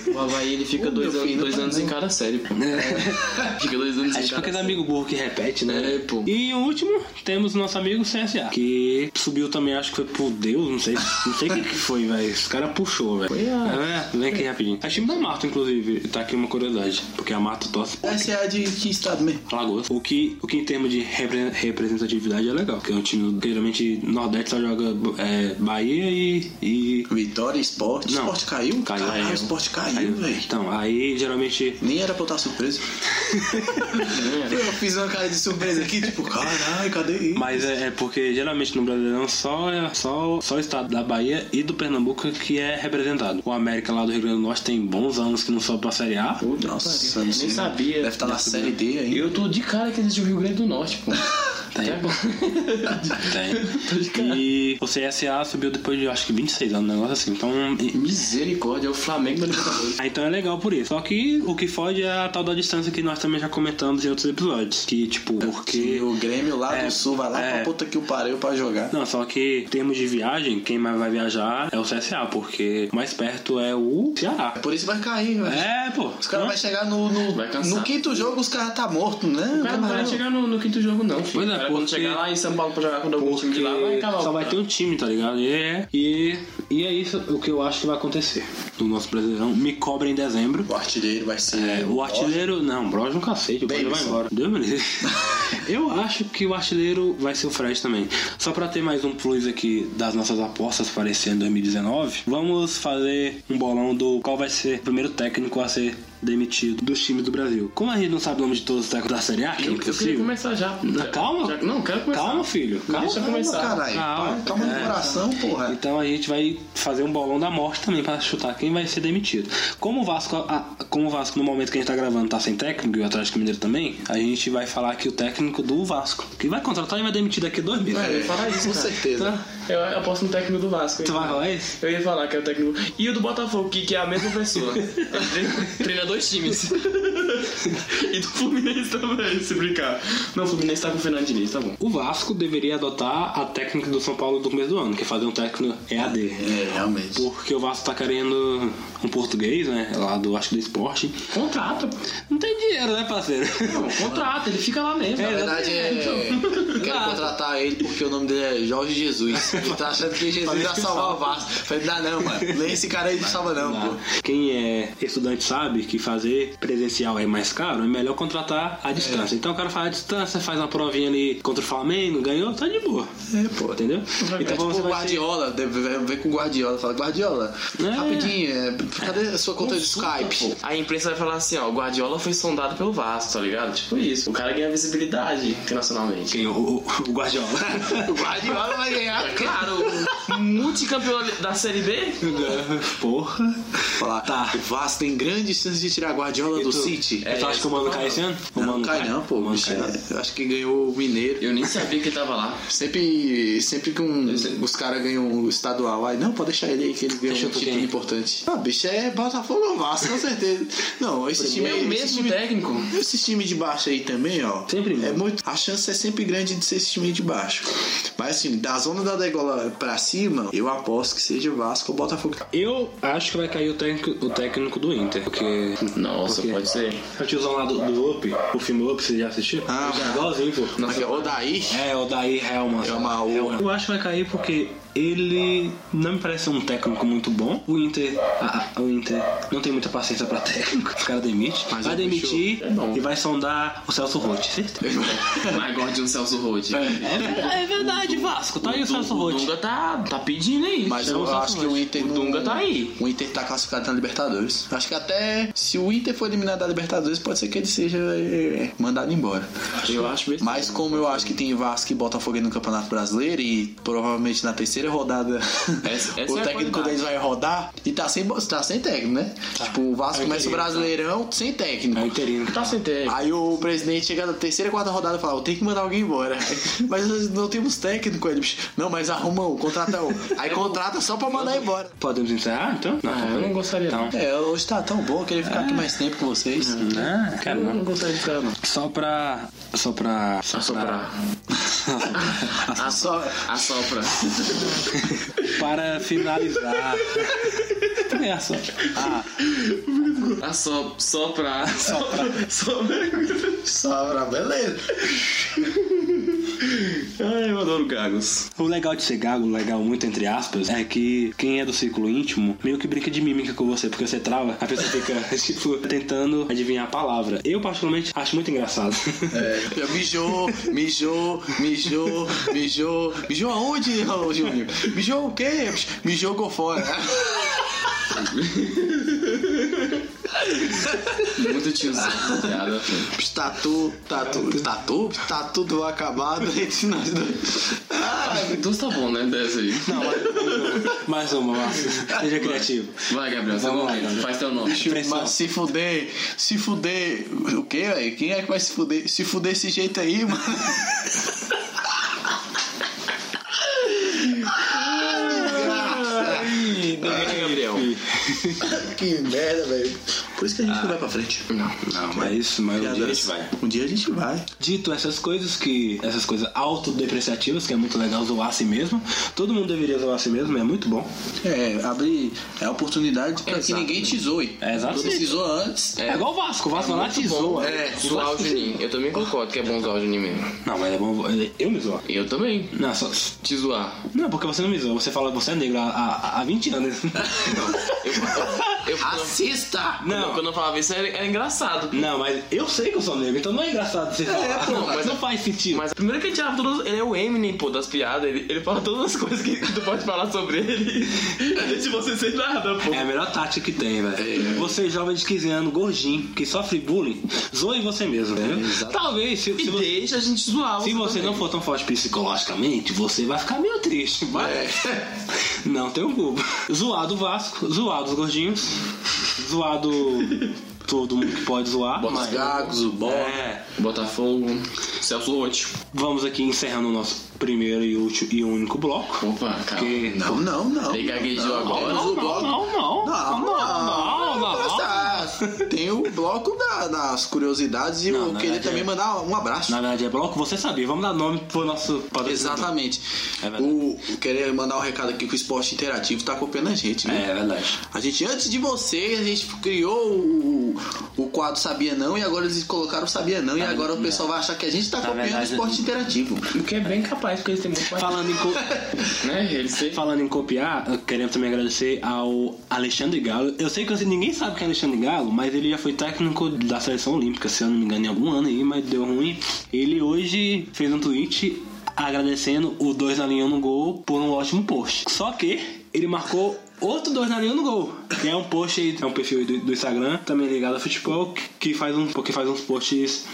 Speaker 3: O Havaí ele fica
Speaker 4: Ô,
Speaker 3: dois,
Speaker 4: meu
Speaker 3: anos,
Speaker 4: filho,
Speaker 3: dois
Speaker 4: não
Speaker 3: anos em cada série, pô. Fica dois anos
Speaker 2: É
Speaker 3: em
Speaker 2: tipo
Speaker 3: cada série.
Speaker 2: aquele amigo burro que repete, né?
Speaker 3: É, pô.
Speaker 2: E o último, temos nosso amigo CSA, que subiu também, acho que foi por Deus, não sei, não sei o que, que foi, velho. Esse cara puxou, velho. É, vem aqui rapidinho. É time da Marta, inclusive, tá aqui uma curiosidade, porque a Marta torce
Speaker 4: Essa é a de que estado mesmo?
Speaker 2: Alagoas. O que, o que em termos de repre- representatividade é legal, porque é um time que geralmente Nordeste só joga é, Bahia e, e.
Speaker 4: Vitória, esporte.
Speaker 2: Não.
Speaker 4: Esporte caiu?
Speaker 2: Caiu. é.
Speaker 4: Caralho, o esporte caiu, velho.
Speaker 2: Então, aí geralmente.
Speaker 4: Nem era pra eu estar surpreso. eu fiz uma cara de surpresa aqui, tipo, caralho, cadê isso?
Speaker 2: Mas é, é porque geralmente no Brasileirão só, é- só, só o estado da Bahia e do Pernambuco que é representado. O América lá do Rio Grande do Norte tem bons anos que não sobe pra Série A.
Speaker 3: Puta que
Speaker 4: Nossa,
Speaker 3: pariu.
Speaker 4: não
Speaker 3: nem
Speaker 4: sei.
Speaker 3: sabia.
Speaker 4: né? Deve estar na série D ainda.
Speaker 3: Eu tô de cara que existe o Rio Grande do Norte, pô. Tá
Speaker 2: Tem. Tem. E o CSA subiu depois de acho que 26 anos, um negócio assim. Então. e-
Speaker 3: Misericórdia, é o Flamengo da Libertadores.
Speaker 2: Ah, então é legal por isso. Só que o que foge é a tal da distância que nós também já comentamos em outros episódios. Que, tipo,
Speaker 4: Que
Speaker 2: porque.
Speaker 4: o Grêmio lá
Speaker 2: É,
Speaker 4: do Sul vai lá
Speaker 2: é.
Speaker 4: pra puta que o pariu pra jogar.
Speaker 2: Não, só que em termos de viagem, quem mais vai viajar é o CSA, porque o mais perto é o Ceará.
Speaker 4: Por isso vai cair, velho.
Speaker 2: É, pô.
Speaker 4: Os caras
Speaker 2: Não?
Speaker 4: vão chegar no, no,
Speaker 3: Vai cansar.
Speaker 4: no quinto jogo, os caras tá morto, né?
Speaker 3: O cara não vai chegar no, no quinto jogo, não, filho.
Speaker 2: Pois é,
Speaker 3: o cara quando
Speaker 2: porque-
Speaker 3: chegar lá em São Paulo pra jogar contra algum time de lá, vai acabar.
Speaker 2: Só vai ter um time, tá ligado? E é, e, e é isso o que eu acho que vai acontecer no nosso Brasileirão. Me cobra em dezembro.
Speaker 4: O artilheiro vai ser.
Speaker 2: É, o artilheiro. Não, Broja é um cacete, o Broja vai
Speaker 4: Davidson.
Speaker 2: embora. Deus me livre. Eu acho que o artilheiro vai ser o Fred também. Só pra ter mais um plus aqui das nossas apostas para esse ano 2019, vamos fazer um bolão do qual vai ser o primeiro técnico a ser demitido dos times do Brasil. Como a gente não sabe o nome de todos os técnicos da Série A, que é
Speaker 3: Eu, eu queria
Speaker 2: impossível.
Speaker 3: começar já.
Speaker 2: Não, calma.
Speaker 3: Já- não, quero começar.
Speaker 2: Calma, filho. Calma.
Speaker 3: Deixa eu
Speaker 4: Calma,
Speaker 3: começar.
Speaker 4: caralho.
Speaker 2: Calma.
Speaker 4: Calma, calma
Speaker 2: É.
Speaker 4: no coração, porra.
Speaker 2: Então a gente vai fazer um bolão da morte também pra chutar quem vai ser demitido. Como o Vasco, a- como o Vasco no momento que a gente tá gravando tá sem técnico e o Atlético Mineiro também, a gente vai falar aqui o técnico do Vasco, que vai contratar e vai demitir daqui a dois meses.
Speaker 3: Eu ia falar isso,
Speaker 4: Com
Speaker 3: cara.
Speaker 4: certeza.
Speaker 2: Tá?
Speaker 3: Eu aposto no técnico do Vasco. hein?
Speaker 2: Tu vai falar isso?
Speaker 3: Eu ia falar que é o técnico. E o do Botafogo, que, que é a mesma pessoa. Ele Treina dois times. e do Fluminense também, se brincar. Não, o Fluminense tá com o Fernando Diniz, tá bom.
Speaker 2: O Vasco deveria adotar a técnica do São Paulo do começo do ano, que é fazer um técnico EAD.
Speaker 4: É, realmente.
Speaker 2: Porque o Vasco tá querendo um português, né? Lá do, acho que do esporte.
Speaker 3: Contrata.
Speaker 2: Não tem dinheiro, né, parceiro?
Speaker 3: Não, contrata, ele fica lá mesmo.
Speaker 2: É,
Speaker 4: Na verdade, é. Quero contratar ele porque o nome dele é Jorge Jesus. Ele tá achando que Jesus
Speaker 2: Parece
Speaker 4: vai
Speaker 2: que
Speaker 4: salvar o Vasco. Falei, não dá não, mano. Nem esse cara aí não salva não, pô.
Speaker 2: Quem é estudante sabe que fazer presencial é mais caro, é melhor contratar à distância. Então o cara faz à distância, faz uma provinha ali contra o Flamengo, ganhou, tá de boa.
Speaker 4: É, pô.
Speaker 2: Entendeu?
Speaker 4: É
Speaker 2: Então você
Speaker 4: tipo o
Speaker 2: vai ser-
Speaker 4: Guardiola, deve- vem vem com o Guardiola, fala, Guardiola,
Speaker 2: É.
Speaker 4: rapidinho, é, cadê a sua conta de Skype?
Speaker 3: A imprensa vai falar assim, ó, o Guardiola foi sondado pelo Vasco, tá ligado? Tipo isso. O cara ganha visibilidade internacionalmente.
Speaker 2: Quem? O, o- o Guardiola.
Speaker 4: O Guardiola vai ganhar, cara.
Speaker 3: Claro, o multicampeão da Série B?
Speaker 2: Porra.
Speaker 4: Falar,
Speaker 2: Tá.
Speaker 4: o Vasco tem grande chance de tirar a Guardiola do
Speaker 2: tu-
Speaker 4: City.
Speaker 2: tu acha que o Mano cai É, esse ano? O
Speaker 4: Não,
Speaker 2: Mano
Speaker 4: cai não, pô.
Speaker 2: O Mano
Speaker 4: bicho,
Speaker 2: cai não.
Speaker 4: é, eu acho que ganhou o Mineiro.
Speaker 3: Eu nem sabia que ele tava lá.
Speaker 4: Sempre, sempre que um- os caras ganham o um estadual, aí não, pode deixar ele aí que ele ganhou
Speaker 2: Deixa
Speaker 4: um
Speaker 2: eu ver
Speaker 4: título
Speaker 2: quem.
Speaker 4: importante. Ah, bicho, é Botafogo ou Vasco, com certeza. Não, esse time
Speaker 3: É o
Speaker 4: esse
Speaker 3: mesmo
Speaker 4: time,
Speaker 3: técnico.
Speaker 4: esse time de baixo aí também, ó.
Speaker 2: Sempre
Speaker 4: é
Speaker 2: mesmo.
Speaker 4: muito A chance é sempre grande de ser esse time de baixo. Mas assim, da zona da degola pra cima, eu aposto que seja Vasco ou Botafogo.
Speaker 2: Eu acho que vai cair o técnico, o técnico do Inter, porque.
Speaker 3: Nossa,
Speaker 2: Por quê?
Speaker 3: pode ser.
Speaker 2: O tiozão lá do, do Up, o filme Up, você já assistiu?
Speaker 4: Ah,
Speaker 2: Ele é igualzinho, pô.
Speaker 4: Aqui, ó, Odair.
Speaker 2: É, o Daí Helman.
Speaker 4: É uma o-
Speaker 2: Eu acho que vai cair porque ele não me parece um técnico muito bom. O Inter, ah, ah, o Inter não tem muita paciência pra técnico. Os caras demitem.
Speaker 4: Mas
Speaker 2: vai
Speaker 4: o bicho
Speaker 2: demitir
Speaker 3: é bom.
Speaker 2: e vai sondar o Celso Roth. certeza.
Speaker 3: Mas gosta de um Celso Roth.
Speaker 2: É verdade, Vasco. Tá aí o Celso
Speaker 3: O
Speaker 2: Roth.
Speaker 3: Dunga tá, tá pedindo aí.
Speaker 4: Mas
Speaker 2: Chama
Speaker 4: eu
Speaker 2: o Celso
Speaker 4: acho que o
Speaker 2: Roth.
Speaker 4: Inter.
Speaker 3: O
Speaker 4: não-
Speaker 3: Dunga tá aí.
Speaker 4: O Inter tá classificado na Libertadores. Acho que até se o Inter for eliminado da Libertadores, pode ser que ele seja é, mandado embora.
Speaker 3: Eu acho bem.
Speaker 4: Mas como eu acho que tem Vasco e Botafogo aí no Campeonato Brasileiro e provavelmente na terceira rodada
Speaker 3: Essa- essa é
Speaker 4: o
Speaker 3: a
Speaker 4: técnico
Speaker 3: qualidade.
Speaker 4: deles vai rodar e tá sem, bo- tá sem técnico, né? Tipo, o
Speaker 2: É
Speaker 4: Vasco
Speaker 2: o
Speaker 4: começa
Speaker 2: interino,
Speaker 4: o Brasileirão sem
Speaker 2: É o
Speaker 4: técnico.
Speaker 2: interino.
Speaker 3: Tá sem técnico.
Speaker 4: Aí o presidente chega na terceira, quarta rodada e fala: Eu tenho que mandar alguém embora. mas nós não temos técnico, ele. bicho. Não, mas arruma um, contrata um. Aí contrata só pra mandar embora.
Speaker 2: Podemos encerrar, então?
Speaker 3: Ah, eu não gostaria.
Speaker 2: Então.
Speaker 4: É, hoje tá tão bom, eu queria ficar aqui mais tempo com vocês.
Speaker 2: Ah, cara,
Speaker 3: Eu não
Speaker 2: não.
Speaker 3: gostaria de ficar, não.
Speaker 2: Só pra. Só pra. Só
Speaker 3: Assoprar.
Speaker 4: Só-
Speaker 3: Assopra.
Speaker 2: Para finalizar. Também é só. Ah,
Speaker 3: Assopra. Sopra.
Speaker 2: Sopra.
Speaker 3: Sopra.
Speaker 4: Sobra, beleza.
Speaker 3: Ai, eu adoro gagos.
Speaker 2: O legal de ser gago, o legal muito entre aspas, é que quem é do círculo íntimo meio que brinca de mímica com você, porque você trava, a pessoa fica, tipo, tentando adivinhar a palavra. Eu, particularmente, acho muito engraçado.
Speaker 4: É, já mijou, mijou, mijou, mijou. Mijou aonde, ô, Júnior? Mijou o quê? Mijou gol fora.
Speaker 3: Muito tiozão. piada.
Speaker 4: Tatu, tatu, tatu, tá tudo acabado entre nós dois.
Speaker 3: Duas tá bom, né? Dessa aí.
Speaker 2: Não, mas- mais uma, Márcio. Seja criativo.
Speaker 3: Vai, Gabriel. Seu
Speaker 2: Vamos lá,
Speaker 3: momento.
Speaker 2: Gabriel.
Speaker 3: Faz teu nome.
Speaker 2: Pressão.
Speaker 4: Mas se fuder, se fuder. O quê, velho? Quem é que vai se fuder? Se fuder desse jeito aí, mano. que merda, velho. Por isso que a gente não vai pra frente.
Speaker 3: Não.
Speaker 2: Não, mas, mas um Ah, dia a gente vai.
Speaker 4: Um dia a gente vai.
Speaker 2: Dito essas coisas que. essas coisas autodepreciativas, que é muito legal zoar a si mesmo. Todo mundo deveria zoar a si mesmo, é muito bom.
Speaker 4: É, abrir. É a oportunidade pra que
Speaker 3: Exato.
Speaker 4: ninguém te zoe.
Speaker 2: É, exato.
Speaker 4: Todo mundo se zoa antes.
Speaker 2: É, igual o Vasco, o Vasco lá te zoa.
Speaker 4: É,
Speaker 3: Zoar o Juninho. Eu também concordo que é bom zoar o Juninho mesmo.
Speaker 2: Não, mas é bom. Eu me zoar.
Speaker 3: Eu também.
Speaker 2: Não, só.
Speaker 3: Te zoar.
Speaker 2: Não, porque você não me zoa, você fala você é negro há, há, há 20 anos.
Speaker 3: Eu, eu, eu,
Speaker 2: Ah,
Speaker 4: Assista!
Speaker 3: não. Quando eu falava isso era, era engraçado.
Speaker 2: Não, mas eu sei que eu sou negro, então não é engraçado você falar.
Speaker 3: pô,
Speaker 2: não, mas
Speaker 3: mas-
Speaker 2: não faz sentido.
Speaker 3: Mas primeiro que ele tirava todas. Ele é o Eminem, pô, das piadas. Ele, ele fala todas as coisas que tu pode falar sobre ele. Deixa você sem nada, pô.
Speaker 2: É a melhor tática que tem,
Speaker 3: É,
Speaker 2: velho. Você é jovem de 15 anos, gordinho, que sofre bullying, zoe você mesmo, entendeu? Talvez, se,
Speaker 3: É,
Speaker 2: se
Speaker 3: E
Speaker 2: você,
Speaker 3: deixa a gente zoar.
Speaker 2: se você
Speaker 3: também.
Speaker 2: não for tão forte psicologicamente, você vai ficar meio
Speaker 3: É.
Speaker 2: triste, mas não tem um cubo. Zoado o Vasco, zoado os gordinhos, zoado todo mundo que pode zoar,
Speaker 4: Os
Speaker 2: mas...
Speaker 4: gagos, o bom.
Speaker 2: É,
Speaker 3: Botafogo, Celso Rotti.
Speaker 2: vamos aqui encerrando o nosso primeiro e último e único bloco.
Speaker 3: Opa, calma.
Speaker 2: Porque
Speaker 4: Não, não, não.
Speaker 3: Ele gaguejou
Speaker 4: não,
Speaker 3: agora.
Speaker 4: Mas o
Speaker 2: não,
Speaker 4: bloco.
Speaker 2: não, não, não, não, não,
Speaker 4: Tá, Tem o bloco da- das curiosidades e
Speaker 2: Não,
Speaker 4: eu
Speaker 2: na
Speaker 4: queria
Speaker 2: verdade
Speaker 4: também
Speaker 2: é-
Speaker 4: mandar um abraço.
Speaker 2: Na verdade é bloco, você sabia. Vamos dar nome pro nosso patrocinador.
Speaker 4: Exatamente.
Speaker 2: É verdade.
Speaker 4: o, eu queria mandar um recado aqui que o esporte interativo tá acompanhando a gente, né?
Speaker 2: É verdade.
Speaker 4: A gente, antes de você, a gente criou o, o quadro Sabia Não e agora eles colocaram o Sabia Não e agora o pessoal vai achar que a gente tá copiando
Speaker 2: verdade,
Speaker 4: o esporte interativo.
Speaker 3: O que é bem capaz, porque eles têm muito mais.
Speaker 2: Falando em, co-
Speaker 3: Né? Eles sempre
Speaker 2: falando em copiar, eu queria também agradecer ao Alexandre Galo. Eu sei que assim, ninguém sabe quem é Alexandre Galo, mas ele já foi técnico da seleção olímpica, se eu não me engano, em algum ano aí, mas deu ruim. Ele hoje fez um tweet agradecendo o 2 na linha no gol por um ótimo post. Só que ele marcou outro 2 na linha no gol. Que é um post aí, é um perfil aí do, do Instagram, também ligado a futebol, que, que faz um, que faz uns posts.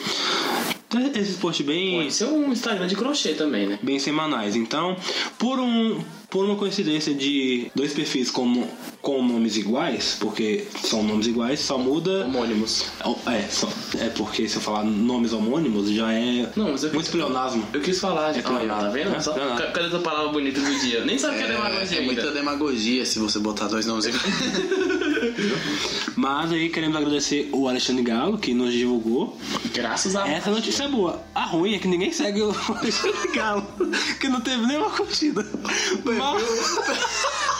Speaker 2: Esses posts bem.
Speaker 3: Isso é um Instagram de crochê também, né?
Speaker 2: bem semanais. Então, por um por uma coincidência de dois perfis com, com nomes iguais, porque são nomes iguais, só muda.
Speaker 3: Homônimos.
Speaker 2: É, só- é porque se eu falar nomes homônimos já é
Speaker 3: Não, mas eu-
Speaker 2: muito pleonasmo.
Speaker 3: Eu quis falar, gente. Olha,
Speaker 2: nada.
Speaker 3: tá vendo?
Speaker 2: É,
Speaker 3: Só-
Speaker 2: não é nada.
Speaker 3: ca- Cadê essa palavra bonita do dia? Nem sabe o que é demagogia
Speaker 4: É, é muita
Speaker 3: ainda.
Speaker 4: demagogia se você botar dois nomes iguais.
Speaker 2: Mas aí queremos agradecer o Alexandre Galo, que nos divulgou.
Speaker 3: Graças a
Speaker 2: Essa notícia é boa. A ruim é que ninguém segue o Alexandre Galo, que não teve nenhuma curtida. Mas,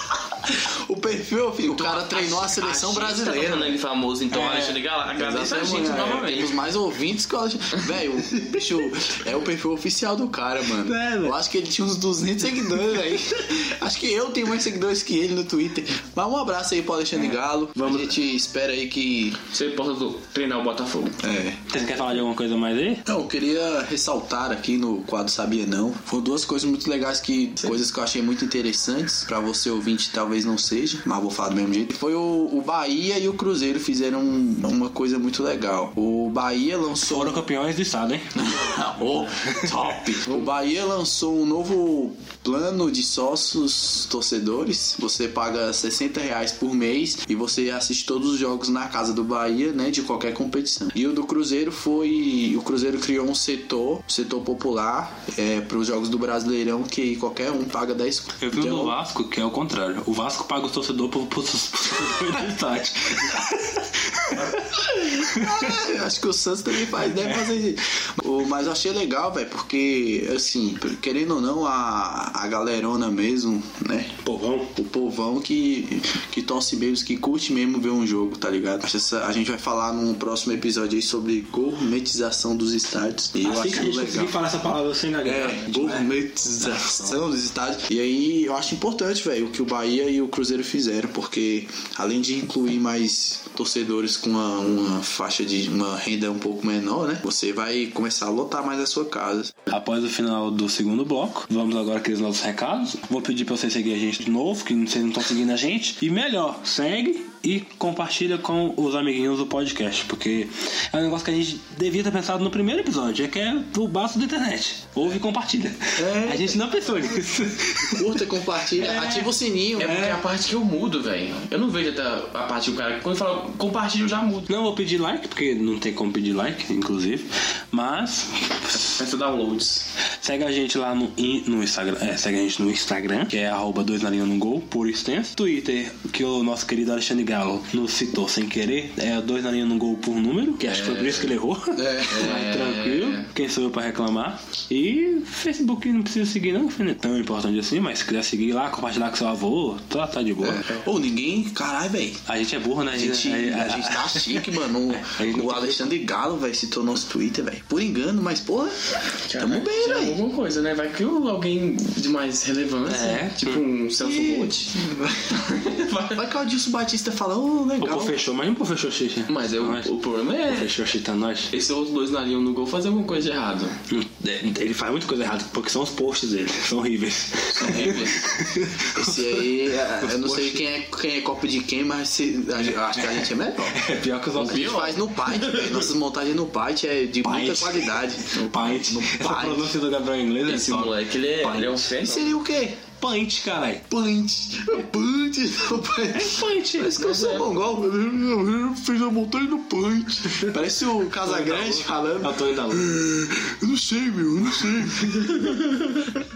Speaker 4: o perfil, filho, o cara treinou a seleção
Speaker 3: Tá
Speaker 4: é brasileira.
Speaker 3: tornando ele famoso, então,
Speaker 4: É.
Speaker 3: Alexandre Galo, agradeço a gente
Speaker 4: Exatamente, é, temos
Speaker 3: novamente.
Speaker 4: mais ouvintes que eu acho. Velho, o bicho, é o perfil oficial do cara, mano.
Speaker 2: É, velho.
Speaker 4: eu acho que ele tinha uns 200 seguidores aí. Acho que eu tenho mais seguidores que ele no Twitter. Mas um abraço aí pro Alexandre
Speaker 2: É.
Speaker 4: Galo. A gente espera aí que.
Speaker 3: Você possa do- treinar o Botafogo.
Speaker 4: É.
Speaker 2: vocês querem falar de alguma coisa mais aí?
Speaker 4: Então, eu queria ressaltar aqui no quadro Sabia Não. Foram duas coisas muito legais que. Coisas que eu achei muito interessantes. Pra você ouvinte, talvez não seja, mas vou falar do mesmo jeito. Foi o, o Bahia e o Cruzeiro fizeram um- uma coisa muito legal. O Bahia lançou. um
Speaker 2: Foram campeões do estado, hein?
Speaker 4: Oh, top! O Bahia lançou um novo plano de sócios torcedores. Você paga R$ 60 reais por mês e você assiste todos os jogos na casa do Bahia, né? De qualquer competição. E o do Cruzeiro foi. O Cruzeiro criou um setor, setor popular, é, para os jogos do Brasileirão, que qualquer um paga Então, 10
Speaker 2: Eu vi o do Vasco, que é o contrário. O Vasco paga o torcedor pro pro- pro- pro- pro estádio.
Speaker 4: Eu acho que o Santos também faz, deve fazer isso. O- Mas eu achei legal, velho, porque, assim, querendo ou não, a, a galerona mesmo, né?
Speaker 2: Povão.
Speaker 4: o povão que, que torce mesmo, que curte mesmo ver um jogo, tá ligado? Acho essa- a gente vai falar num próximo episódio aí sobre gourmetização dos estádios. E eu
Speaker 2: Assim que a
Speaker 4: acho
Speaker 2: gente
Speaker 4: legal.
Speaker 2: conseguir falar essa palavra sem gaguejar.
Speaker 4: É, gourmetização dos estádios. E aí eu acho importante, velho, o que o Bahia e o Cruzeiro fizeram, porque além de incluir mais torcedores com uma, uma faixa de uma renda um pouco menor, né? Você vai começar a lotar mais a sua casa.
Speaker 2: Após o final do segundo bloco, vamos agora aqueles nossos recados. Vou pedir pra vocês seguirem a gente de novo, que vocês não estão seguindo a gente. E melhor, segue e compartilha com os amiguinhos do podcast, porque é um negócio que a gente devia ter pensado no primeiro episódio, é que é o básico da internet. Ouve e compartilha.
Speaker 4: É.
Speaker 2: A gente não pensou nisso.
Speaker 4: Curta, compartilha, ativa o sininho. né?
Speaker 3: É porque é a parte que eu mudo, velho. Eu não vejo até a parte que o cara. Quando fala compartilha, eu já mudo.
Speaker 2: Não vou pedir like, porque não tem como pedir like, inclusive. Mas
Speaker 3: Essa downloads.
Speaker 2: segue a gente lá no, in- no Instagram. É, segue a gente no Instagram, que é arroba 2 na linha no gol, por extenso. Twitter, que o nosso querido Alexandre Galo nos citou sem querer. É dois na linha no gol por número, que acho que foi por isso que ele errou.
Speaker 3: É,
Speaker 2: Mas tranquilo, quem sou eu pra reclamar? E Facebook não precisa seguir, não, que não é tão importante assim, mas se quiser seguir lá, compartilhar com seu avô, tá, tá de boa.
Speaker 3: É.
Speaker 4: Ou ninguém. Caralho, velho.
Speaker 2: A gente é burro, né?
Speaker 4: A gente,
Speaker 2: a-
Speaker 4: a gente tá chique, mano.
Speaker 2: a gente
Speaker 4: O,
Speaker 2: não
Speaker 4: o
Speaker 2: tem-
Speaker 4: Alexandre Galo, velho, citou nosso Twitter, velho. Por engano, mas, porra, tamo bem,
Speaker 3: Já é
Speaker 4: velho.
Speaker 3: alguma coisa, né? Vai que o- alguém de mais relevância,
Speaker 2: É.
Speaker 3: tipo um Celso Roth.
Speaker 4: Vai que o Adilson Batista fala, ô,
Speaker 2: O
Speaker 4: legal.
Speaker 2: pô fechou, mas não pô fechou xixi.
Speaker 3: Mas é,
Speaker 2: Nós.
Speaker 3: o, o problema é
Speaker 2: Fechou chita nós.
Speaker 3: esse outro dois na linha no gol fazer alguma coisa de errado.
Speaker 2: É, Ele faz muita coisa errada, porque são os posts dele, são horríveis.
Speaker 4: Esse aí, é, eu não sei quem é, quem é copo de quem, mas se- a gente- eu acho que a gente é melhor.
Speaker 2: É pior que os
Speaker 4: A
Speaker 2: outros.
Speaker 4: gente faz no Python, velho. Nossas montagens no Python é de muita
Speaker 2: Python.
Speaker 4: qualidade. No
Speaker 2: um- Paint.
Speaker 4: No
Speaker 2: Essa
Speaker 4: Python.
Speaker 2: pronúncia do Gabriel em inglês
Speaker 3: Esse
Speaker 2: é top.
Speaker 3: moleque, ele é, ele é um
Speaker 4: E
Speaker 3: fenômeno.
Speaker 4: seria o quê?
Speaker 2: Paint, caralho.
Speaker 4: Punch. Punch. não, Punch.
Speaker 2: Paint.
Speaker 4: Parece que
Speaker 3: é.
Speaker 4: eu sou mongol. Eu fiz a montagem no Punch. Parece o
Speaker 2: Tá
Speaker 4: Casagrande falando.
Speaker 2: É o Tony da Lua.
Speaker 4: Eu não sei, meu, eu não sei.